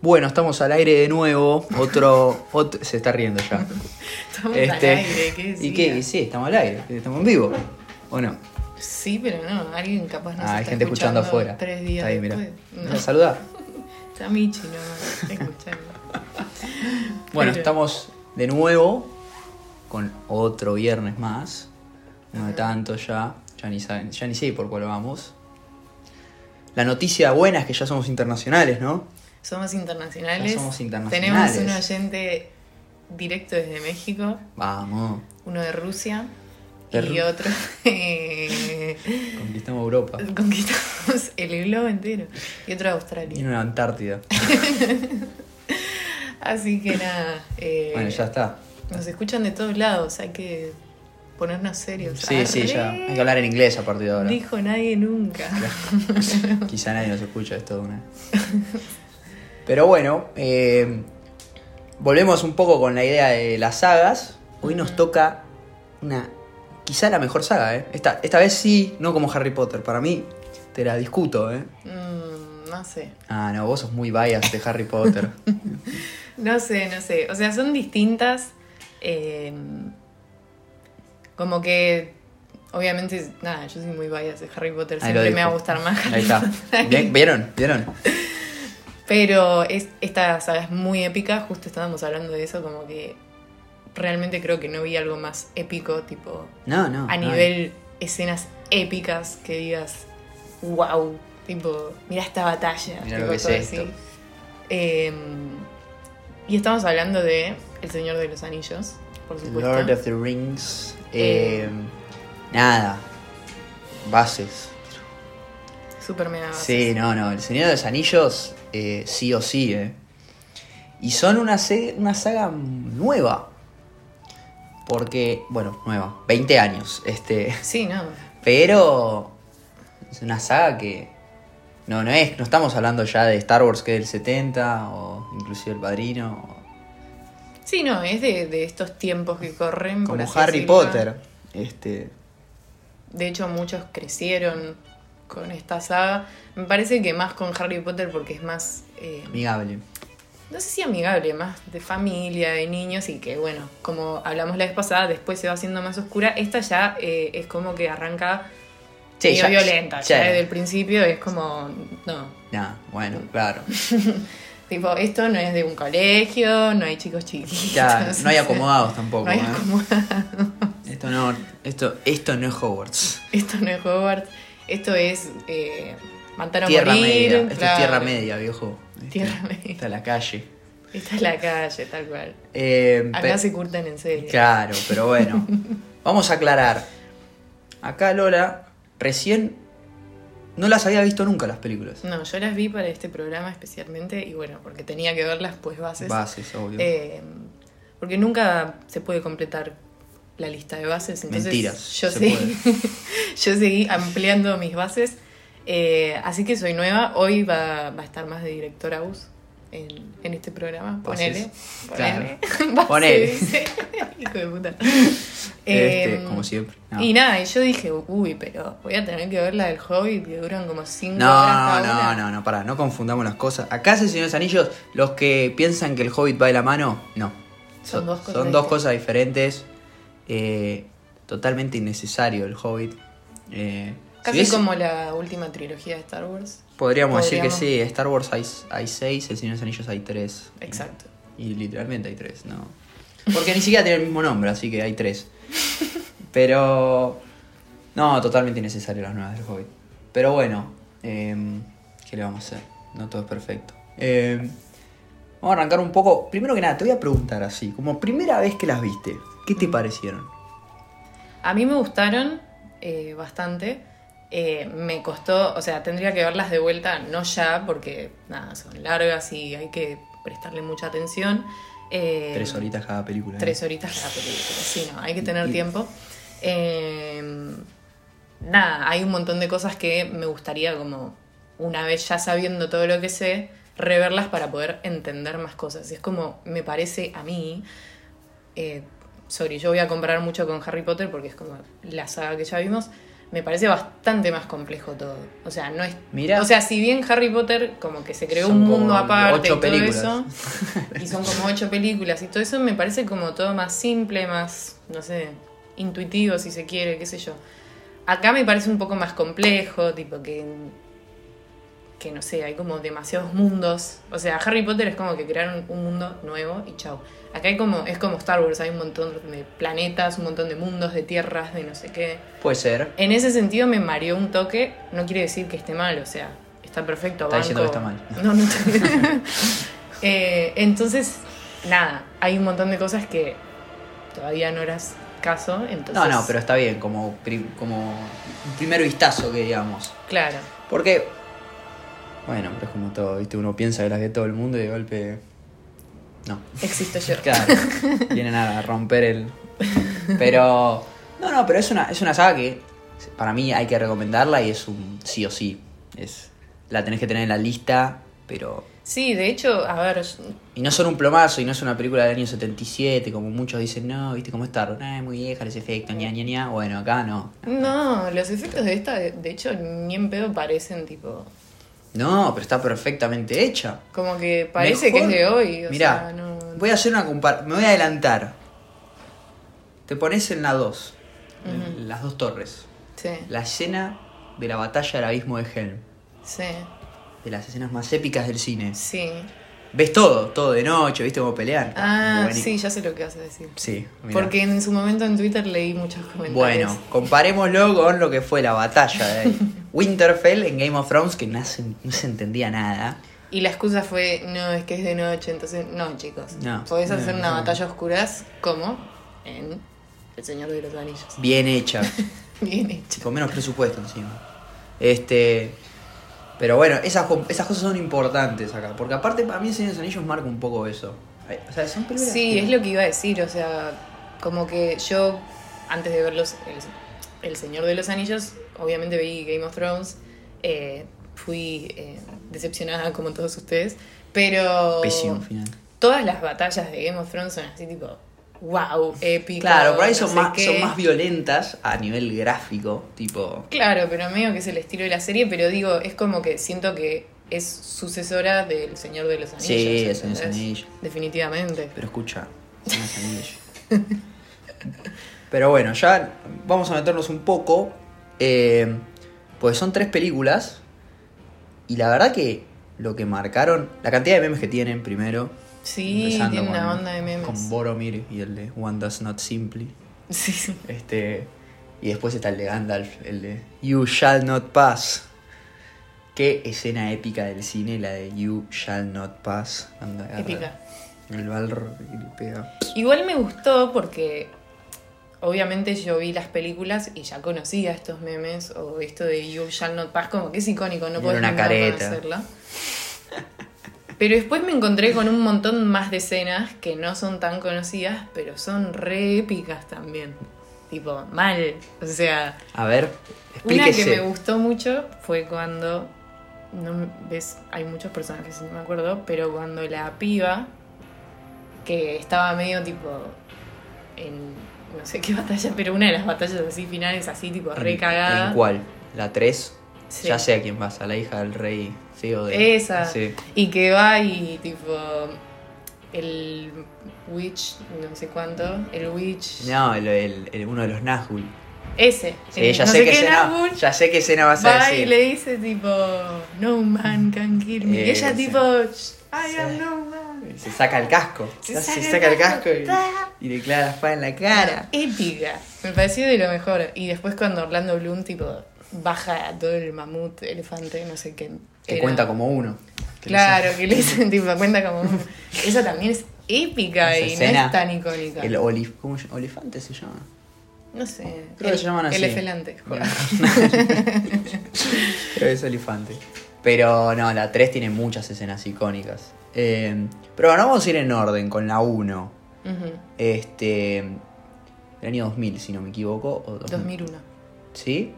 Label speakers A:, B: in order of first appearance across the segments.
A: Bueno, estamos al aire de nuevo. Otro. ot- se está riendo ya.
B: Estamos
A: Este,
B: al aire, ¿qué
A: ¿Y
B: decía?
A: qué? Y Sí, estamos al aire. Estamos en vivo. ¿O no?
B: Sí, pero no, alguien capaz nos
A: ah, hay
B: está
A: gente escuchando, afuera.
B: Tres días
A: está ahí, mira.
B: después. No,
A: No, saludá.
B: está Michi nomás, está escuchando.
A: Bueno,
B: Pero-
A: estamos de nuevo con otro viernes más. No de tanto ya. Ya ni, saben- ya ni sé por cuál vamos. La noticia buena es que ya somos internacionales, ¿no?
B: Somos internacionales.
A: Ya somos internacionales.
B: Tenemos un oyente directo desde México,
A: Vamos.
B: uno de Rusia
A: De
B: y
A: Ru-
B: otro. eh,
A: Conquistamos Europa.
B: conquistamos el globo entero y otro de Australia.
A: Tiene una Antártida.
B: Así que nada. eh,
A: Bueno, ya está.
B: Nos escuchan de todos lados, hay que ponernos serios.
A: Sí, sí, ya.
B: Arre.
A: Hay que hablar en inglés a partir de ahora.
B: Ah, Dijo nadie nunca.
A: Quizá nadie nos escucha, es todo una. Pero bueno, eh, volvemos un poco con la idea de las sagas. Hoy nos toca una. Quizá la mejor saga, ¿eh? Esta, esta vez sí, no como Harry Potter. Para mí, te la discuto, ¿eh?
B: Mm, no sé.
A: Ah, no, vos sos muy bias de Harry Potter.
B: No sé, no sé. O sea, son distintas. eh, como que. Obviamente, nada, yo soy muy bias de Harry Potter.
A: Ahí lo
B: Siempre me
A: dijo.
B: va a gustar más Harry
A: Ahí está.
B: Potter.
A: Bien, ¿Vieron? ¿Vieron?
B: Pero es, esta saga es muy épica. Justo estábamos hablando de eso, como que. Realmente creo que no vi algo más épico, tipo.
A: No, no.
B: a
A: no.
B: nivel escenas épicas que digas, wow, tipo, mira esta batalla.
A: Mirá
B: tipo,
A: lo que es
B: todo
A: esto.
B: así. Eh, y estamos hablando de El Señor de los Anillos, por
A: The
B: supuesto.
A: Lord of the Rings.
B: Eh,
A: eh, nada. Bases.
B: Super mega bases.
A: Sí, no, no. El Señor de los Anillos, eh, sí o sí, ¿eh? Y son una, se- una saga nueva. Porque, bueno, nueva. 20 años. Este,
B: Sí, no.
A: pero es una saga que... No, no es, no estamos hablando ya de Star Wars que es del 70 o inclusive El Padrino. o-
B: Sí, no, es de, de estos tiempos que corren. por
A: como
B: así
A: Harry
B: decirlo.
A: Potter. Este,
B: De hecho, muchos crecieron con esta saga. Me parece que más con Harry Potter porque es más. eh,
A: amigable.
B: no sé si amigable, más de familia, de niños y que bueno, como hablamos la vez pasada, después se va haciendo más oscura. Esta ya eh, es como que arranca
A: Sí,
B: medio
A: ya-
B: violenta, ya
A: ya-
B: desde el principio es como, no.
A: Nah, Ah, bueno, claro.
B: Tipo, esto no es de un colegio, no hay chicos chiquitos.
A: Ya, no hay
B: o sea,
A: acomodados tampoco.
B: No hay
A: ¿eh?
B: acomodados.
A: Esto no, esto, esto no es Hogwarts.
B: Esto no es Hogwarts, esto es eh, matar o
A: Tierra
B: morir.
A: Media. Esto es
B: claro.
A: Tierra Media, viejo. Este,
B: Tierra Media.
A: Está la calle.
B: Esta es la calle, tal cual.
A: Eh,
B: Acá
A: pe-
B: se curtan en serio.
A: Claro, pero bueno. Vamos a aclarar. Acá Lola recién no las había visto nunca las películas.
B: No, yo las vi para este programa especialmente y bueno, porque tenía que verlas pues bases.
A: Bases, obvio.
B: Eh, porque nunca se puede completar la lista de bases. Entonces
A: Mentiras,
B: Yo,
A: se
B: seguí, yo seguí ampliando mis bases. Eh, así que soy nueva. Hoy va, va a estar más de director Agus en, en este programa. Ponele.
A: Bases.
B: Ponele. Bases,
A: Ponele.
B: dice. Hijo de puta.
A: Este,
B: Eh,
A: como siempre. No,
B: Y nada, y yo dije, uy, pero voy a tener que ver la del Hobbit que duran como 5
A: no,
B: horas. cada
A: no,
B: una.
A: no, no, pará, no confundamos las cosas. Acá, si señores anillos, los que piensan que el hobbit va de la mano, no.
B: Son dos cosas
A: dos
B: diferentes.
A: cosas diferentes. Eh, totalmente innecesario el hobbit. Eh, si
B: Casi
A: hubiese-
B: como la última trilogía de Star Wars.
A: Podríamos, decir que
B: Podríamos.
A: sí, Star Wars hay, hay seis, El Señor de los Anillos hay tres.
B: Exacto.
A: Y literalmente hay tres, ¿no? Porque ni siquiera tiene el mismo nombre, así que hay tres. Pero... No, totalmente innecesario las nuevas del Hobbit. Pero bueno, em, ¿qué le vamos a hacer? No todo es perfecto. Em, vamos a arrancar un poco. Primero que nada, te voy a preguntar así, como primera vez que las viste, ¿qué te parecieron?
B: A mí me gustaron eh, bastante. Eh, me costó, o sea, tendría que verlas de vuelta, no ya, porque nada, son largas y hay que prestarle mucha atención. Eh,
A: Tres horitas cada película. ¿eh?
B: Tres horitas la película, sí, no, hay que
A: Y-
B: tener tiempo. Eh, nada, hay un montón de cosas que me gustaría como una vez ya sabiendo todo lo que sé, reverlas para poder entender más cosas. Es como, me parece a mí, eh, sorry, yo voy a comparar mucho con Harry Potter porque es como la saga que ya vimos, me parece bastante más complejo todo. O sea, no es.
A: Mirá.
B: O sea, si bien Harry Potter como que se creó
A: Son
B: un
A: como
B: mundo aparte
A: ocho
B: y todo
A: películas.
B: eso. Y son como ocho películas y todo eso me parece como todo más simple, más, no sé, intuitivo si se quiere, qué sé yo. Acá me parece un poco más complejo, tipo que. que no sé, hay como demasiados mundos. O sea, Harry Potter es como que crearon un mundo nuevo y chau. Acá hay como, es como Star Wars, hay un montón de planetas, un montón de mundos, de tierras, de no sé qué.
A: Puede ser.
B: En ese sentido me mareó un toque, no quiere decir que esté mal, o sea, está perfecto.
A: Está diciendo
B: banco.
A: que está
B: No, no está- Eh, entonces, nada, hay un montón de cosas que todavía no eras caso, entonces...
A: No, no, pero está bien, como, pri- como un primer vistazo, que digamos.
B: Claro,
A: Porque. Bueno, pero es como todo, ¿viste? Uno piensa que las ve todo el mundo y de golpe. No.
B: existo yo.
A: Claro. vienen a romper el. Pero. No, no, pero es una, es una saga que para mí hay que recomendarla y es un sí o sí. Es, la tenés que tener en la lista, pero.
B: Sí, de hecho, a ver, yo-
A: Y no son un plomazo y no es una película del año 77, como muchos dicen, no, viste cómo está, ah, es muy vieja, los efectos, ña, ña, ña. Bueno, acá no.
B: no, los efectos de esta, de, de hecho, ni en pedo parecen tipo...
A: No, pero está perfectamente hecha.
B: Como que parece
A: Mejor-
B: que es de hoy, o
A: Mirá,
B: sea, no...
A: voy a hacer una comparación. Me voy a adelantar. Te pones en la 2, en las dos torres.
B: Sí,
A: La escena de la batalla del abismo de Helm.
B: sí,
A: De las escenas más épicas del cine.
B: sí.
A: Ves todo, todo de noche, viste cómo pelean.
B: Ah,
A: Bueni-
B: sí, ya sé lo que vas a decir.
A: Sí, mirá.
B: Porque en su momento en Twitter leí muchos comentarios.
A: Bueno, comparémoslo con lo que fue la batalla de ahí. Winterfell en Game of Thrones, que no se, no se entendía nada.
B: Y la excusa fue, no, es que es de noche, entonces, no, chicos.
A: No.
B: Podés hacer
A: No,
B: una
A: no.
B: batalla a oscuras como en El Señor de los Anillos.
A: Bien hecha.
B: Bien hecho.
A: con menos presupuesto encima. Este. Pero bueno, esas, co- esas cosas son importantes acá. Porque aparte para mí el Señor de los Anillos marca un poco eso. Ay, O sea, son películas
B: Sí, es lo que iba a decir, o sea, como que yo, antes de ver los, el, El Señor de los Anillos, obviamente vi Game of Thrones, eh, fui eh, decepcionada como todos ustedes, pero...
A: Pésimo final.
B: todas las batallas de Game of Thrones son así tipo wow, épico.
A: Claro, por ahí
B: no
A: son,
B: sé
A: más,
B: qué.
A: son más violentas a nivel gráfico. Tipo.
B: Claro, pero medio que es el estilo de la serie, pero digo, es como que siento que es sucesora del Señor de los Anillos.
A: Sí, El Señor de los
B: ¿entendés?
A: Anillos.
B: Definitivamente.
A: Pero escucha, Señor de los Anillos. Pero bueno, ya vamos a meternos un poco. eh, pues son tres películas. Y la verdad que lo que marcaron. La cantidad de memes que tienen primero.
B: Sí,
A: Empezando
B: tiene una
A: con-
B: banda de memes.
A: Con Boromir y el de One Does Not Simply.
B: Sí, sí.
A: Este, y después está el de Gandalf, el de You Shall Not Pass. Qué escena épica del cine, la de You Shall Not Pass. Cuando agarra
B: Épica.
A: El Balrog y le pega.
B: Igual me gustó porque obviamente yo vi las películas y ya conocía estos memes o esto de You Shall Not Pass, como que es icónico, no
A: Era
B: puedo
A: una careta.
B: hacerla. Pero después me encontré con un montón más de escenas que no son tan conocidas, pero son re épicas también. Tipo, mal. O sea,
A: A ver,
B: una que me
A: explíquese.
B: gustó mucho fue cuando. No me- ves, hay muchos personajes, no me acuerdo, pero cuando la piba, que estaba medio tipo. en. no sé qué batalla, pero una de las batallas así finales, así tipo re
A: ¿En-
B: cagada.
A: ¿En cuál? ¿La 3?
B: Sí.
A: Ya sé a quién vas, a la hija del rey feo de.
B: Esa.
A: Sí.
B: Y que va y tipo. el witch, no sé cuánto, el witch.
A: No, el, el- el- uno de los Nazgûl.
B: Ese.
A: Sí,
B: el
A: ya,
B: Eh,
A: sé
B: no sé
A: qué
B: qué
A: escena,
B: Nazgûl.
A: ya sé qué escena vas a
B: Va y
A: decir.
B: le dice tipo, no man can kill me. Y
A: Eh,
B: ella
A: sí.
B: tipo, I
A: Sí.
B: am no man.
A: Se saca el casco.
B: Se
A: Se,
B: saca el
A: saca el
B: casco,
A: casco y, y le clava la espada en la cara.
B: Épica. Me pareció de lo mejor. Y después cuando Orlando Bloom tipo baja a todo el mamut, elefante, no sé qué.
A: Que
B: era.
A: cuenta como uno. Que le
B: Claro, que le dicen tipo, cuenta como... un- Esa también es épica
A: Esa
B: y no
A: escena,
B: es tan icónica.
A: saca El olif ¿cómo se llama? olifante se llama.
B: no sé.
A: Creo que se llaman así.
B: El efelante. joder.
A: Creo que es olifante. Pero no, la 3 tiene muchas escenas icónicas. Eh, pero bueno, vamos a ir en orden con la 1.
B: Ujú.
A: Este. Del año 2000, si no me equivoco. O 2000.
B: 2001,
A: ¿Sí?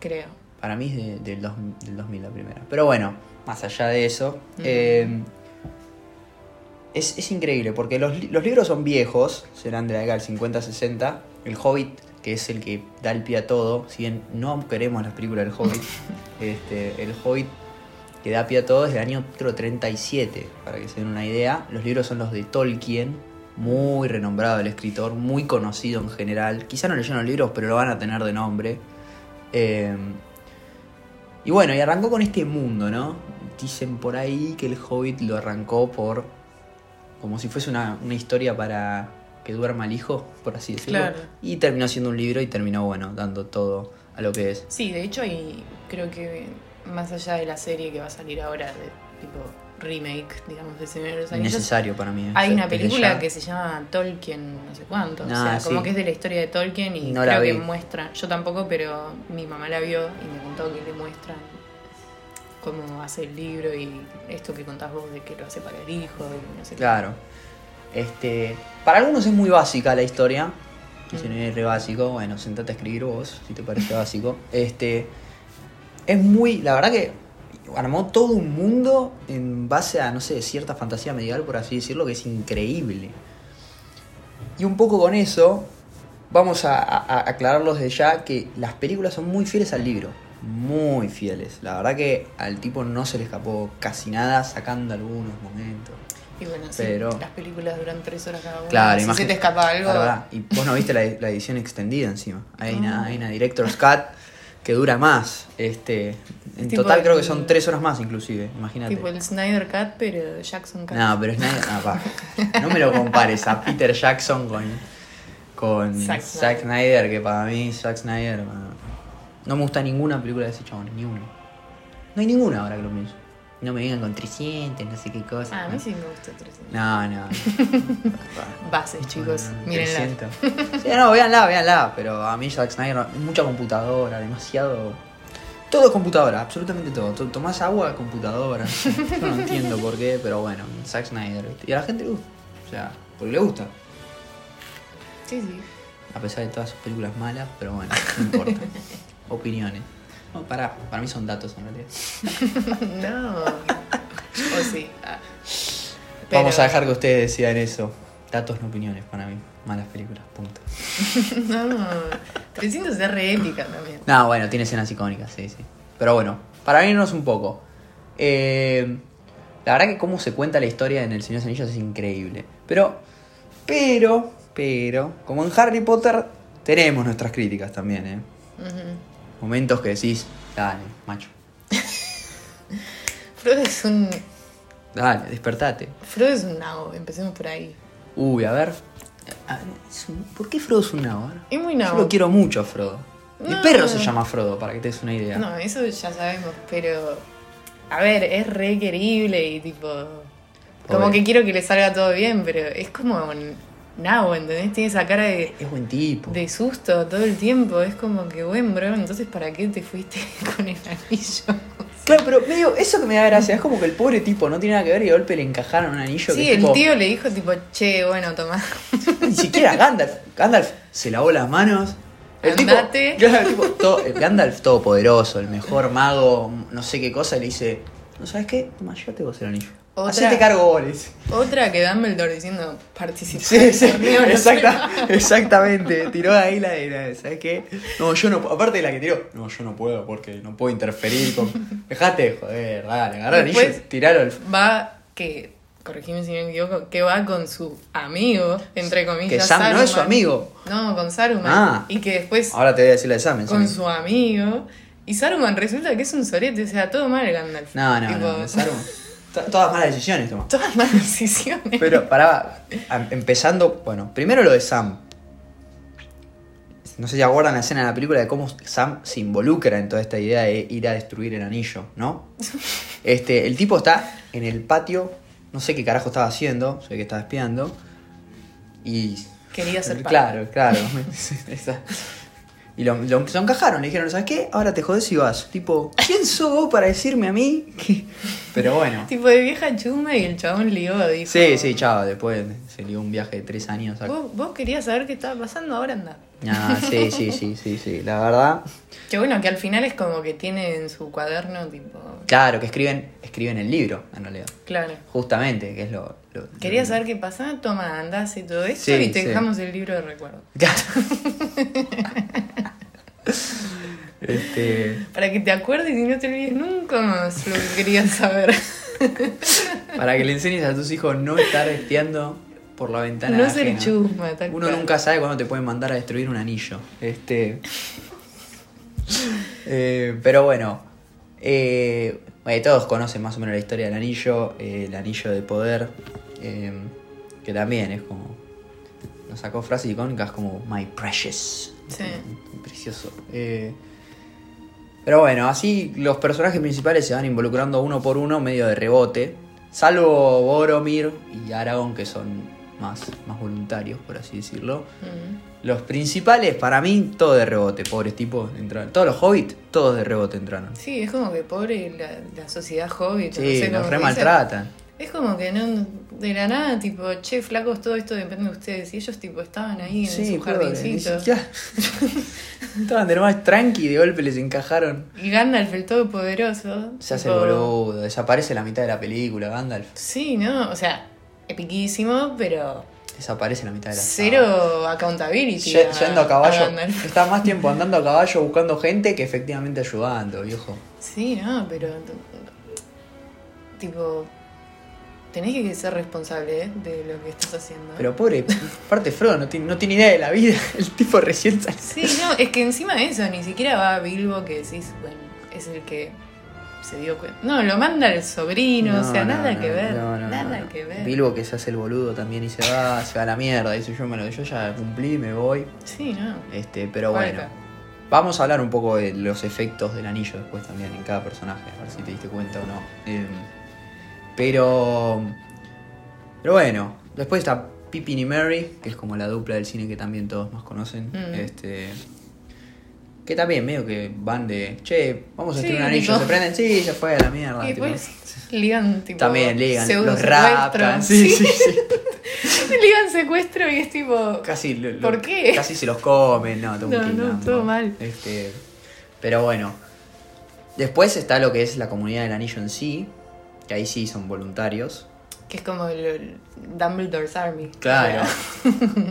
B: creo.
A: Para mí es de- del, dos- del 2000 la primera. Pero bueno, más allá de eso. eh, es, es increíble, porque los, li- los libros son viejos, serán de la década del 50-60. El Hobbit, que que es el que da el pie a todo, si bien no queremos las películas del Hobbit, este, el Hobbit que da pie a todo es del año creo, 37, para que se den una idea. Los libros son los de Tolkien, muy renombrado el escritor, muy conocido en general. Quizá no leyeron los libros, pero lo van a tener de nombre. Eh, y bueno, y arrancó con este mundo, ¿no? Dicen por ahí que el Hobbit lo arrancó por. como si fuese una, una historia para que duerma el hijo, por así decirlo.
B: Claro.
A: Y terminó siendo un libro y terminó, bueno, dando todo a lo que es.
B: Sí, de hecho, y creo que más allá de la serie que va a salir ahora, de tipo remake, digamos, de Señor de los Anillos,
A: Necesario para mí.
B: hay
A: Yo,
B: una
A: desde
B: película
A: ya-
B: que se llama Tolkien, no sé cuánto. o
A: Ah,
B: sea, como
A: sí.
B: que es de la historia de Tolkien y
A: No la
B: creo que
A: vi.
B: muestra. Yo tampoco, pero mi mamá la vio y me contó que le muestran cómo hace el libro y esto que contás vos de que lo hace para el hijo y no sé qué.
A: Claro. Este, para algunos es muy básica la historia. Dicen,
B: Mm.
A: "Eh, re básico. Bueno, sentate a escribir vos, si te parece básico. Este, es muy. La verdad que armó todo un mundo en base a, no sé, cierta fantasía medieval, por así decirlo, que es increíble. Y un poco con eso, vamos a, a- a aclararlos de ya que las películas son muy fieles al libro. Muy fieles. La verdad que al tipo no se le escapó casi nada, sacando algunos momentos.
B: Y bueno, sí,
A: Pero-
B: las películas duran tres horas cada una.
A: Claro,
B: si
A: imagínate.
B: se te escapa algo.
A: Ahora, y vos no viste la, la edición extendida encima. Hay,
B: Ah.
A: una, hay una Director's Cut que dura más. Este, en
B: tipo
A: total creo que
B: el-
A: son tres horas más inclusive, imagínate.
B: Tipo el Snyder Cut, pero Jackson Cut.
A: No, pero es nada. ah, pa. No me lo compares a Peter Jackson con, con
B: Zack
A: Zack,
B: Snyder.
A: Snyder. que para mí Zack Snyder... ah, No me gusta ninguna película de ese chabón, ni una. No hay ninguna ahora que lo pienso. No me vengan con 300, no sé qué cosa.
B: Ah, a mí sí me gusta 300.
A: No, no. no.
B: Bases, chicos.
A: Mm,
B: Mírenla.
A: 300. Sí, no, véanla, véanla. Pero a mí Zack Snyder, mucha computadora, demasiado... Todo es computadora, absolutamente todo. To- Tomás agua, computadora. Yo no entiendo por qué, pero bueno, Zack Snyder. ¿viste? Y a la gente le gusta. O sea, porque le gusta.
B: Sí, sí.
A: A pesar de todas sus películas malas, pero bueno, no importa. Opiniones. No, pará, para mí son datos en realidad.
B: No. O sí. ah.
A: Vamos a
B: Pero-
A: dejar que ustedes decidan eso. Datos, no opiniones para mí. Malas películas, punto.
B: No. 300 es re épica también.
A: No, bueno, tiene escenas icónicas, sí, sí. Pero bueno, para irnos un poco. eh, la verdad que cómo se cuenta la historia en El Señor de los Anillos es increíble. Pero, pero, pero, como en Harry Potter tenemos nuestras críticas también, ¿eh?
B: Ujú.
A: Momentos que decís, dale, macho,
B: Frodo es un.
A: dale, despertate.
B: Frodo es un nabo, empecemos por ahí.
A: Uy, a ver. a ver, es un- ¿Por qué Frodo es un nabo?
B: Es muy
A: Yo
B: nabo.
A: lo quiero mucho a Frodo. Mi
B: No.
A: perro se llama Frodo, para que te des una idea.
B: No, eso ya sabemos, pero. A ver, es re querible y tipo. Como
A: Pobre.
B: que quiero que le salga todo bien, pero es como un nabo, ¿entendés? Tiene esa cara de.
A: Es buen tipo.
B: de susto todo el tiempo. Es como que, buen bro, entonces ¿para qué te fuiste con el anillo?
A: Claro, pero medio eso que me da gracia, es como que el pobre tipo no tiene nada que ver y de golpe le encajaron un anillo
B: Sí,
A: que
B: el
A: tipo,
B: tío le dijo tipo, che, bueno, tomá.
A: ni siquiera Gandalf. Gandalf se lavó las manos. El tipo-
B: Andate.
A: claro, el tipo, todo- el Gandalf todopoderoso, el mejor mago, no sé qué cosa, y le dice, ¿no sabes qué? Toma, llévate vos el anillo.
B: Otra-
A: Así te cargo goles.
B: Otra que Dumbledore diciendo, participá.
A: Sí, sí,
B: torneo
A: exacta-
B: nacional".
A: exactamente. Tiró ahí la de, ¿sabes qué? No, yo no, aparte de la que tiró, no, yo no puedo porque no puedo interferir con... Dejate, de joder, dale, agarrá el anillo, y
B: Después-
A: tiralo al
B: Va, que, corregime si me equivoco, que va con su amigo, entre comillas.
A: Que Sam no es su
B: Saruman.
A: amigo.
B: No, con Saruman.
A: Ah.
B: Y que después
A: Ahora te voy a decir la de Sam.
B: con
A: Sam.
B: su amigo. Y Saruman resulta que es un sorete, o sea, todo mal Gandalf.
A: No, no,
B: Tipo,
A: no, de Saruman. To- Todas malas decisiones toma.
B: Todas malas decisiones.
A: Pero pará, am- empezando, bueno, primero lo de Sam. No sé si acuerdan la escena de la película de cómo Sam se involucra en toda esta idea de ir a destruir el anillo, ¿no? Este, el tipo está en el patio, no sé qué carajo estaba haciendo, sé que estaba espiando. Y
B: Quería ser padre.
A: Claro, claro. Esa. Y lo, lo, lo encajaron, le dijeron, ¿sabes qué? Ahora te jodes y vas. Tipo, ¿quién sos vos para decirme a mí? que-?" Pero bueno.
B: Tipo de vieja chuma y el chabón lió, dijo.
A: Sí, sí, chao. Después se lió un viaje de tres años. a-
B: Vos, vos querías saber qué estaba pasando, ahora anda.
A: Nah, sí, sí, sí, sí, sí. La verdad.
B: Que bueno, que al final es como que tiene en su cuaderno, tipo.
A: Claro, que escriben, escriben el libro, en realidad.
B: Claro.
A: Justamente, que es lo, lo Lo- lo-
B: Quería saber qué pasaba, toma, andás y todo esto
A: Sí,
B: y te
A: sí.
B: dejamos el libro de recuerdo.
A: Claro. este,
B: Para que te acuerdes y no te olvides nunca más lo que querías saber.
A: para que le enseñes a tus hijos no estar espiando por la ventana.
B: no ser
A: ajena.
B: chusma, tal
A: Uno
B: cual.
A: nunca sabe cuándo te pueden mandar a destruir un anillo. Este. Eh, pero bueno. eh, bueno, Todos conocen más o menos la historia del anillo, eh, el anillo de poder. eh, que también es como. Nos sacó frases icónicas como My Precious.
B: Sí.
A: Precioso. Eh, pero bueno, así los personajes principales se van involucrando uno por uno, medio de rebote. Salvo Boromir y Aragón, que son más, más voluntarios, por así decirlo.
B: Mm.
A: Los principales, para mí, todos de rebote, pobres tipos entraron. Todos los hobbits, todos de rebote entraron.
B: Sí, es como que pobre la, la sociedad hobbit. no
A: Sí,
B: sé
A: los re
B: cómo que dice.
A: maltratan.
B: Es como que no, de la nada, tipo, che, flacos, todo esto depende de ustedes. Y ellos, tipo, estaban ahí en
A: Sí,
B: su
A: pobres, ni
B: jardincito.
A: siquiera- Estaban de lo más tranqui y de golpe les encajaron.
B: Y Gandalf, el todopoderoso.
A: Se hace el
B: tipo,
A: boludo, desaparece la mitad de la película, Gandalf.
B: Sí, ¿no? O sea, epiquísimo, pero
A: Desaparece la mitad de la
B: cero accountability.
A: Ye- yendo a caballo.
B: Gandalf.
A: Está más tiempo andando a caballo buscando gente que efectivamente ayudando, viejo.
B: Sí, no, pero. t- Tipo. Tenés que ser responsable ¿eh? de lo que estás haciendo.
A: Pero pobre, aparte Frodo no tiene, no tiene idea de la vida. El tipo recién salió.
B: Sí, no, es que encima de eso, ni siquiera va a Bilbo que decís, bueno, es el que se dio cuenta. No, lo manda el sobrino, o sea,
A: No,
B: nada
A: no,
B: que
A: no,
B: ver.
A: no, no,
B: nada
A: no, no.
B: que ver.
A: Bilbo que se hace el boludo también y se va, se va a la mierda. Dice yo, bueno, yo ya cumplí, me voy.
B: Sí, no.
A: Este, pero
B: Vale,
A: bueno.
B: claro.
A: Vamos a hablar un poco de los efectos del anillo después también en cada personaje, a ver si te diste cuenta o no. Em, pero. Pero bueno, después está Pippin y Mary, que es como la dupla del cine que también todos más conocen.
B: Mm.
A: Este. Que también medio que van de. Che, vamos a
B: Sí,
A: destruir un anillo.
B: tipo-
A: Se prenden, sí, se fue a la mierda.
B: Y
A: tipo.
B: después ligan, tipo.
A: También ligan,
B: pseudo
A: los
B: secuestro.
A: raptan. Sí, sí, sí.
B: ligan secuestro y es tipo.
A: Casi lo- lo-
B: ¿Por qué?
A: Casi se los comen, no, todo un
B: No, no,
A: quilombo.
B: todo mal.
A: Este, pero bueno. Después está lo que es la comunidad del anillo en sí, que ahí sí son voluntarios.
B: Que es como el, el Dumbledore's Army. O sea,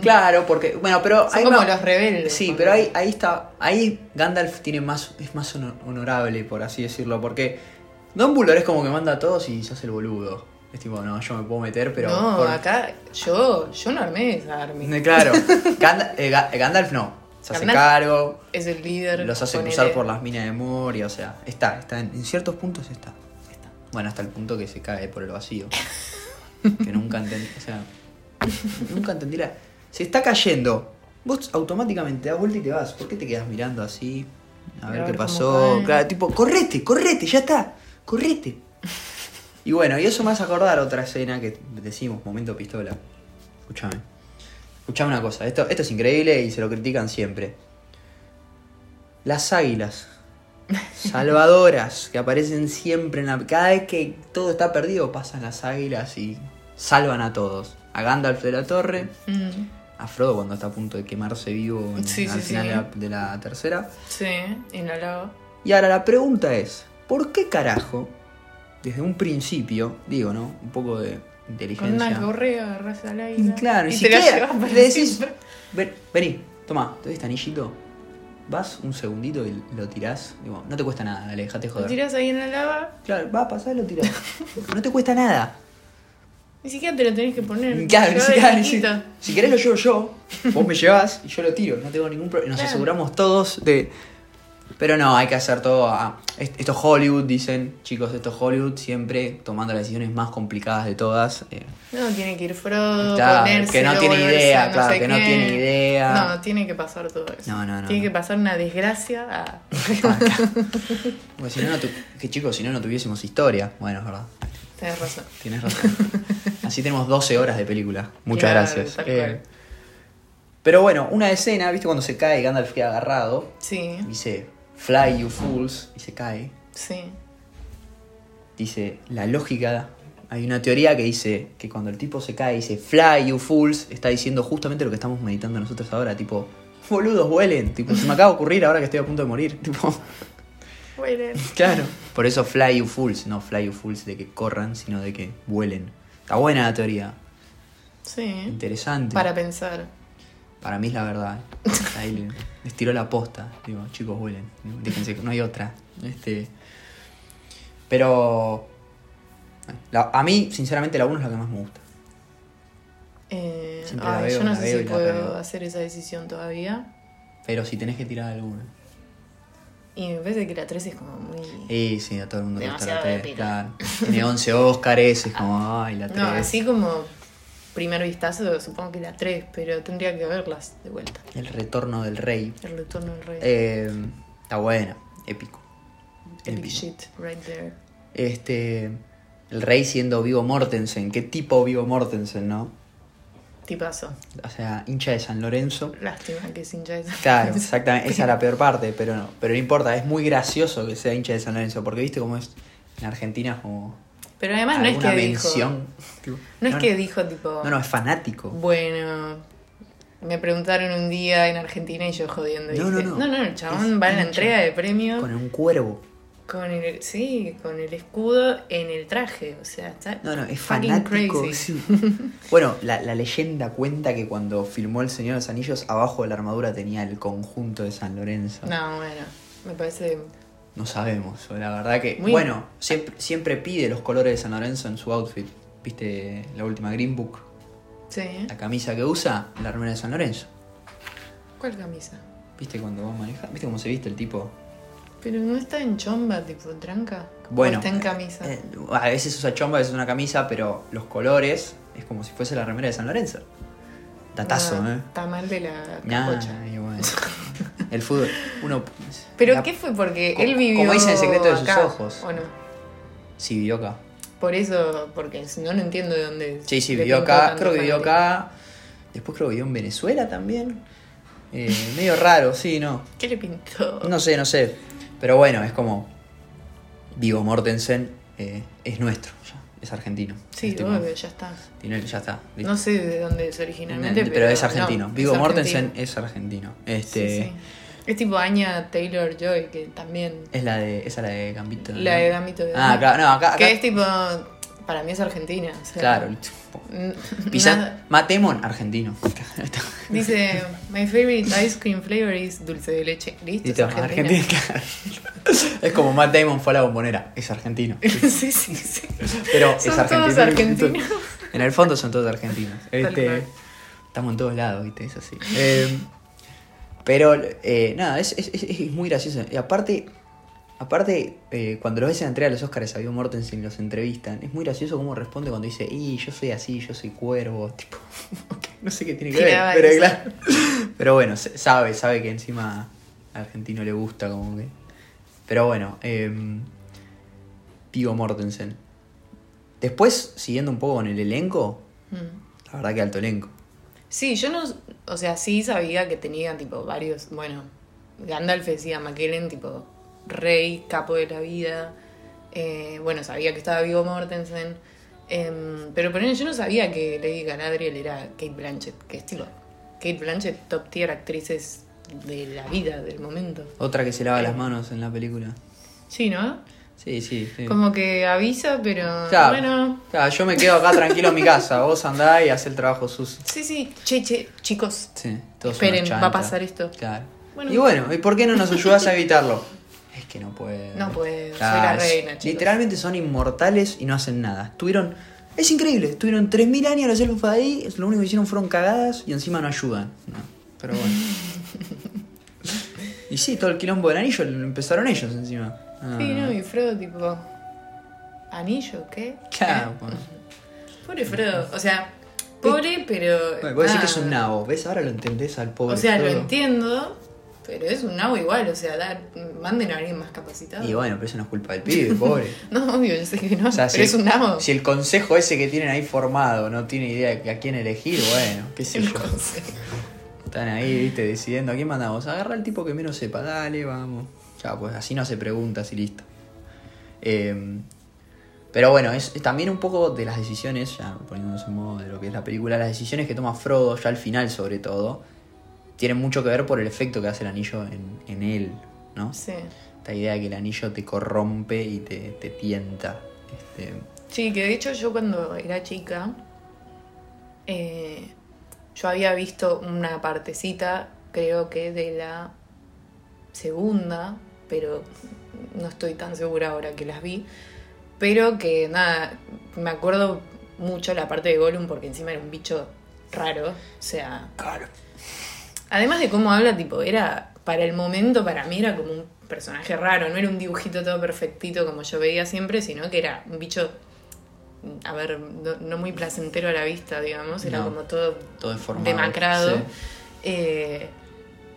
A: claro, porque. Bueno, pero.
B: Son
A: ahí
B: como
A: va-
B: los rebeldes.
A: Sí,
B: como-
A: pero ahí, ahí está. Ahí Gandalf tiene más. es más honor- honorable, por así decirlo. Porque Dumbledore es como que manda a todos y se hace el boludo. Es tipo, no, yo me puedo meter, pero.
B: no,
A: por-
B: acá yo, yo no armé esa Army.
A: Eh, Claro. Gand- eh, Ga- Gandalf no. Se hace
B: Gandalf-
A: cargo.
B: Es el líder.
A: Los hace
B: ponele.
A: cruzar por las minas de Moria, o sea, está, está, en, en ciertos puntos está, está. Bueno, hasta el punto que se cae por el vacío. que nunca entendí, o sea, nunca entendí la... Se está cayendo, vos automáticamente das vuelta y te vas, ¿por qué te quedas mirando así? A ver
B: A ver
A: qué
B: cómo
A: pasó,
B: cae.
A: claro, tipo, correte, correte, ya está, correte. Y bueno, y eso me hace acordar otra escena que decimos, momento pistola. Escúchame. Escuchame una cosa, esto, esto es increíble y se lo critican siempre. Las águilas. Salvadoras, que aparecen siempre en la... Cada vez que todo está perdido, pasan las águilas y salvan a todos. A Gandalf de la Torre,
B: Mm,
A: a Frodo cuando está a punto de quemarse vivo en-
B: Sí,
A: al
B: sí,
A: final
B: sí.
A: de la- de la tercera.
B: sí, y no lo-
A: Y ahora la pregunta es, ¿por qué carajo, desde un principio, digo, ¿no? Un poco de
B: Con una
A: inteligencia.
B: correa agarras al
A: Y
B: aire.
A: claro,
B: y
A: ni
B: te la
A: siquiera
B: llevas para
A: le decís,
B: siempre.
A: "Ven- vení, toma, te doy este anillito, vas un segundito y lo tirás, digo, no te cuesta nada, dale, dejate
B: Lo
A: joder.
B: tirás ahí en la lava,
A: Claro, va, pasá y lo tirás. no te cuesta nada.
B: ni siquiera te lo tenés que poner.
A: Mm, Claro,
B: Llevá
A: si,
B: de
A: claro, si,
B: chiquito.
A: si querés lo llevo yo, vos me llevas y yo lo tiro, no tengo ningún problema. Nos
B: Claro.
A: aseguramos todos de. Pero no, hay que hacer todo a. est- Esto es Hollywood, dicen, chicos, esto es Hollywood, siempre tomando las decisiones más complicadas de todas. eh,
B: No, tiene que ir Frodo,
A: Claro,
B: ponerse,
A: que no tiene
B: volverse
A: idea,
B: a no
A: claro,
B: sé
A: que no
B: qué.
A: tiene idea.
B: No, tiene que pasar todo eso.
A: No, no, no,
B: Tiene
A: no.
B: que pasar una desgracia Ah, a...
A: Porque si no, no tu- que chicos, si no, no tuviésemos historia. Bueno, es verdad.
B: Tenés razón.
A: Tienes razón. Así tenemos 12 horas de película. Muchas
B: Claro,
A: gracias.
B: tal
A: Eh,
B: cual.
A: pero bueno, una escena, ¿viste? Cuando se cae, Gandalf queda agarrado.
B: Sí,
A: Dice, fly you fools. Y se cae.
B: sí.
A: Dice, la lógica... Hay una teoría que dice que cuando el tipo se cae, dice, fly you fools. Está diciendo justamente lo que estamos meditando nosotros ahora. Tipo, boludos, vuelen. Tipo, se me acaba de ocurrir ahora que estoy a punto de morir. Tipo...
B: Huelen.
A: Claro. Por eso fly you fools, no fly you fools de que corran, sino de que vuelen. Está buena la teoría.
B: Sí.
A: Interesante.
B: Para pensar.
A: Para mí es la verdad. ¿eh? Ahí le- les tiró la posta. Digo, chicos, vuelen. Déjense, no hay otra. Este. Pero. la- a mí, sinceramente, la 1 es la que más me gusta.
B: Eh,
A: Siempre la
B: ay,
A: veo,
B: yo no
A: la
B: sé
A: veo
B: si
A: y la
B: puedo
A: reveo.
B: hacer esa decisión todavía.
A: Pero si tenés que tirar alguna.
B: Y me parece que la 3 es como muy.
A: Y sí, a todo el mundo le gusta la
B: Demasiado
A: 3.
B: épica.
A: Claro. Tiene 11 Óscares, es como, ay, la 3.
B: no, así como primer vistazo, supongo que la 3, pero tendría que verlas de vuelta.
A: El retorno del rey.
B: El retorno del rey.
A: Eh, está buena, épico.
B: Epic
A: épico.
B: shit, right there.
A: Este. El rey siendo Vivo Mortensen. ¿Qué tipo Vivo Mortensen, no?
B: Tipazo.
A: O sea, hincha de San Lorenzo.
B: Lástima que sin Jason.
A: Claro, exactamente. Esa es la peor parte, pero no. Pero no importa, es muy gracioso que sea hincha de San Lorenzo, porque viste cómo es en Argentina es como
B: Pero además no es que
A: alguna
B: dijo.
A: mención. Tipo,
B: No es que dijo tipo.
A: No, no, es fanático.
B: Bueno. Me preguntaron un día en Argentina y yo jodiendo.
A: No,
B: dije,
A: no, no.
B: no, el chabón
A: Es
B: va a la
A: hincha.
B: entrega de premios
A: Con un cuervo.
B: Con el, sí, con el escudo en el traje, o sea, está
A: No, no, es
B: fucking
A: fanático.
B: crazy.
A: sí. Bueno, la, la leyenda cuenta que cuando filmó El Señor de los Anillos, abajo de la armadura tenía el conjunto de San Lorenzo.
B: No, bueno, me parece
A: No sabemos, la verdad que.
B: Muy-
A: Bueno, siempre, siempre pide los colores de San Lorenzo en su outfit. ¿Viste la última Green Book?
B: sí. ¿eh?
A: La camisa que usa, la remera de San Lorenzo.
B: ¿Cuál camisa?
A: ¿Viste cuando va a manejar? ¿Viste cómo se viste el tipo?
B: Pero no está en chomba, tipo en tranca.
A: Bueno.
B: O está en camisa.
A: eh, a veces usa chomba, a veces una camisa, pero los colores es como si fuese la remera de San Lorenzo. Datazo,
B: No,
A: ¿eh?
B: Está mal de la
A: Nah,
B: Ah. capocha.
A: y bueno. El fútbol. Uno.
B: Pero
A: la-
B: ¿qué fue? Porque
A: co-
B: él vivió
A: como dice El secreto de sus
B: acá,
A: ojos.
B: ¿O no?
A: Sí, vivió acá.
B: Por eso, porque si no, no entiendo de dónde.
A: Sí, sí,
B: le
A: vivió
B: pintó
A: acá.
B: tanto
A: Creo que vivió
B: fanático.
A: acá. Después creo que vivió en Venezuela también. Eh, medio raro, sí, no.
B: ¿Qué le pintó?
A: No sé, no sé. Pero bueno, es como. Vivo Mortensen eh, es nuestro, ya. Es argentino.
B: Sí,
A: Es tipo,
B: obvio, ya está.
A: tiene- ya está. listo.
B: No sé de dónde es
A: No,
B: originalmente,
A: pero, es argentino.
B: no,
A: Vigo
B: es
A: Mortensen
B: argentino.
A: es argentino. Este
B: Sí, sí. Es tipo Anya Taylor Joy, que también.
A: es la de esa la de Gambito.
B: La
A: ¿no?
B: de Gambito de
A: Ah,
B: Dama.
A: claro, no, acá, acá-
B: Que es tipo. Para mí es argentina. o sea,
A: claro.
B: n-
A: Pisas
B: nada-
A: Matemon argentino.
B: Dice: My favorite ice cream flavor is dulce de leche. Listo, es
A: Listo,
B: argentina.
A: argentino, claro. Es como Matt Damon fue a la bombonera, es argentino.
B: sí, sí, sí.
A: Pero
B: Son
A: es argentino.
B: todos argentinos.
A: En el fondo son todos argentinos. Este,
B: cual.
A: estamos en todos lados, ¿viste? Es así. Eh, pero eh, nada, es, es- es- es muy gracioso. Y aparte, aparte eh, cuando los ves en la entrega de los Oscars a Vigo Mortensen y los entrevistan, es muy gracioso cómo responde cuando dice, y yo soy así, yo soy cuervo. Tipo, ok, no sé qué tiene que
B: Tiraba
A: ver. Pero,
B: esa.
A: claro. pero bueno, se- sabe, sabe que encima al argentino le gusta como que. Pero bueno, eh, Vigo Mortensen. Después, siguiendo un poco con el elenco,
B: Mm.
A: la verdad que alto elenco.
B: Sí, yo no. O sea, sí sabía que tenía tipo varios. Bueno, Gandalf decía McKellen, tipo rey, capo de la vida. Eh, bueno, sabía que estaba vivo Mortensen. Em, pero por yo no sabía que Lady Galadriel era Kate Blanchett, que es tipo. Kate Blanchett, top tier actrices de la vida, del momento.
A: Otra que se lava las manos en la película.
B: Sí, ¿no?
A: Sí, sí, sí.
B: Como que avisa, pero.
A: Claro,
B: Bueno.
A: claro, yo me quedo acá tranquilo en mi casa. Vos andá y haz el trabajo sucio.
B: Sí, sí, che, che, chicos.
A: Sí, todos
B: Esperen,
A: unos
B: va a
A: chantas.
B: pasar esto.
A: Claro.
B: Bueno.
A: Y bueno, ¿y por qué no nos ayudás a evitarlo? Es que no puedo.
B: No puedo, soy
A: Claro,
B: la
A: es-
B: reina, chicos.
A: Literalmente son inmortales y no hacen nada. Estuvieron. Es increíble, estuvieron 3.000 años en la selva ahí, lo único que hicieron fueron cagadas y encima no ayudan. No, pero bueno. y sí, todo el quilombo del anillo lo empezaron ellos encima. Ah,
B: Sí, no, y Frodo, tipo. ¿Anillo? ¿Qué?
A: Claro,
B: ¿Eh?
A: bueno.
B: Pobre Frodo, o sea, pobre, pero.
A: Bueno, vos decís
B: nada.
A: que es un nabo, ¿ves? Ahora lo entendés al pobre.
B: Ah. O sea, lo
A: todo.
B: entiendo, pero es un nabo igual, o sea, da- manden a alguien más capacitado.
A: Y bueno, pero eso no es culpa del pibe, pobre.
B: No, obvio, yo sé que no,
A: O sea,
B: pero es un nabo.
A: si el consejo ese que tienen ahí formado no tiene idea de a quién elegir, bueno, qué sé
B: El
A: yo.
B: consejo.
A: Están ahí, viste, decidiendo a quién mandamos. Agarra al tipo que menos sepa, dale, vamos. Ya, pues así no hace preguntas y listo. Eh, pero bueno, es, es también un poco de las decisiones, ya poniéndonos en modo de lo que es la película, las decisiones que toma Frodo, ya al final sobre todo, tienen mucho que ver por el efecto que hace el anillo en, en él, ¿no?
B: Sí.
A: Esta idea de que el anillo te corrompe y te, te tienta. Este,
B: Sí, que de hecho yo cuando era chica, eh, yo había visto una partecita, creo que de la segunda, pero no estoy tan segura ahora que las vi. Pero que nada, me acuerdo mucho la parte de Gollum porque encima era un bicho raro. O sea, además de cómo habla, tipo, era para el momento, para mí era como un personaje raro, no era un dibujito todo perfectito como yo veía siempre, sino que era un bicho, a ver, no, no muy placentero a la vista, digamos, era
A: No.
B: como todo
A: todo deformado.
B: demacrado.
A: Sí.
B: Eh,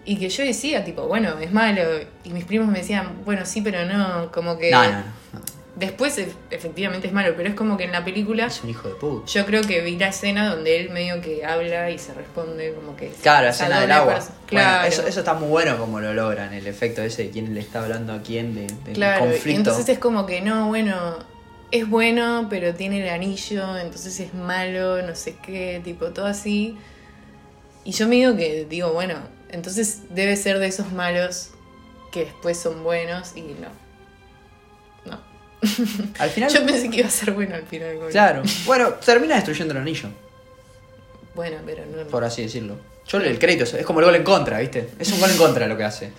B: y que yo decía, tipo, bueno, es malo. Y mis primos me decían, bueno, sí, pero no, como que...
A: No, no, no, no.
B: Después e- efectivamente es malo, pero es como que en la película
A: Es un hijo de puta.
B: yo creo que vi la escena donde él medio que habla y se responde como que...
A: Claro, la
B: se
A: escena del
B: adora
A: agua.
B: pers-
A: Bueno,
B: Claro,
A: eso, eso está muy bueno como lo logran, el efecto ese de quién le está hablando a quién, de, del
B: claro. Y
A: conflicto.
B: entonces es como que no, bueno, es bueno, pero tiene el anillo, entonces es malo, no sé qué, tipo, todo así. Y yo me digo que, digo, bueno, entonces debe ser de esos malos que después son buenos y no. No.
A: Al final,
B: Yo pensé que iba a ser bueno al final. bueno.
A: claro. Bueno, termina destruyendo el anillo,
B: Bueno, pero no.
A: por así decirlo. Yo le- el crédito es, es como el gol en contra, ¿viste? Es un gol en contra lo que hace.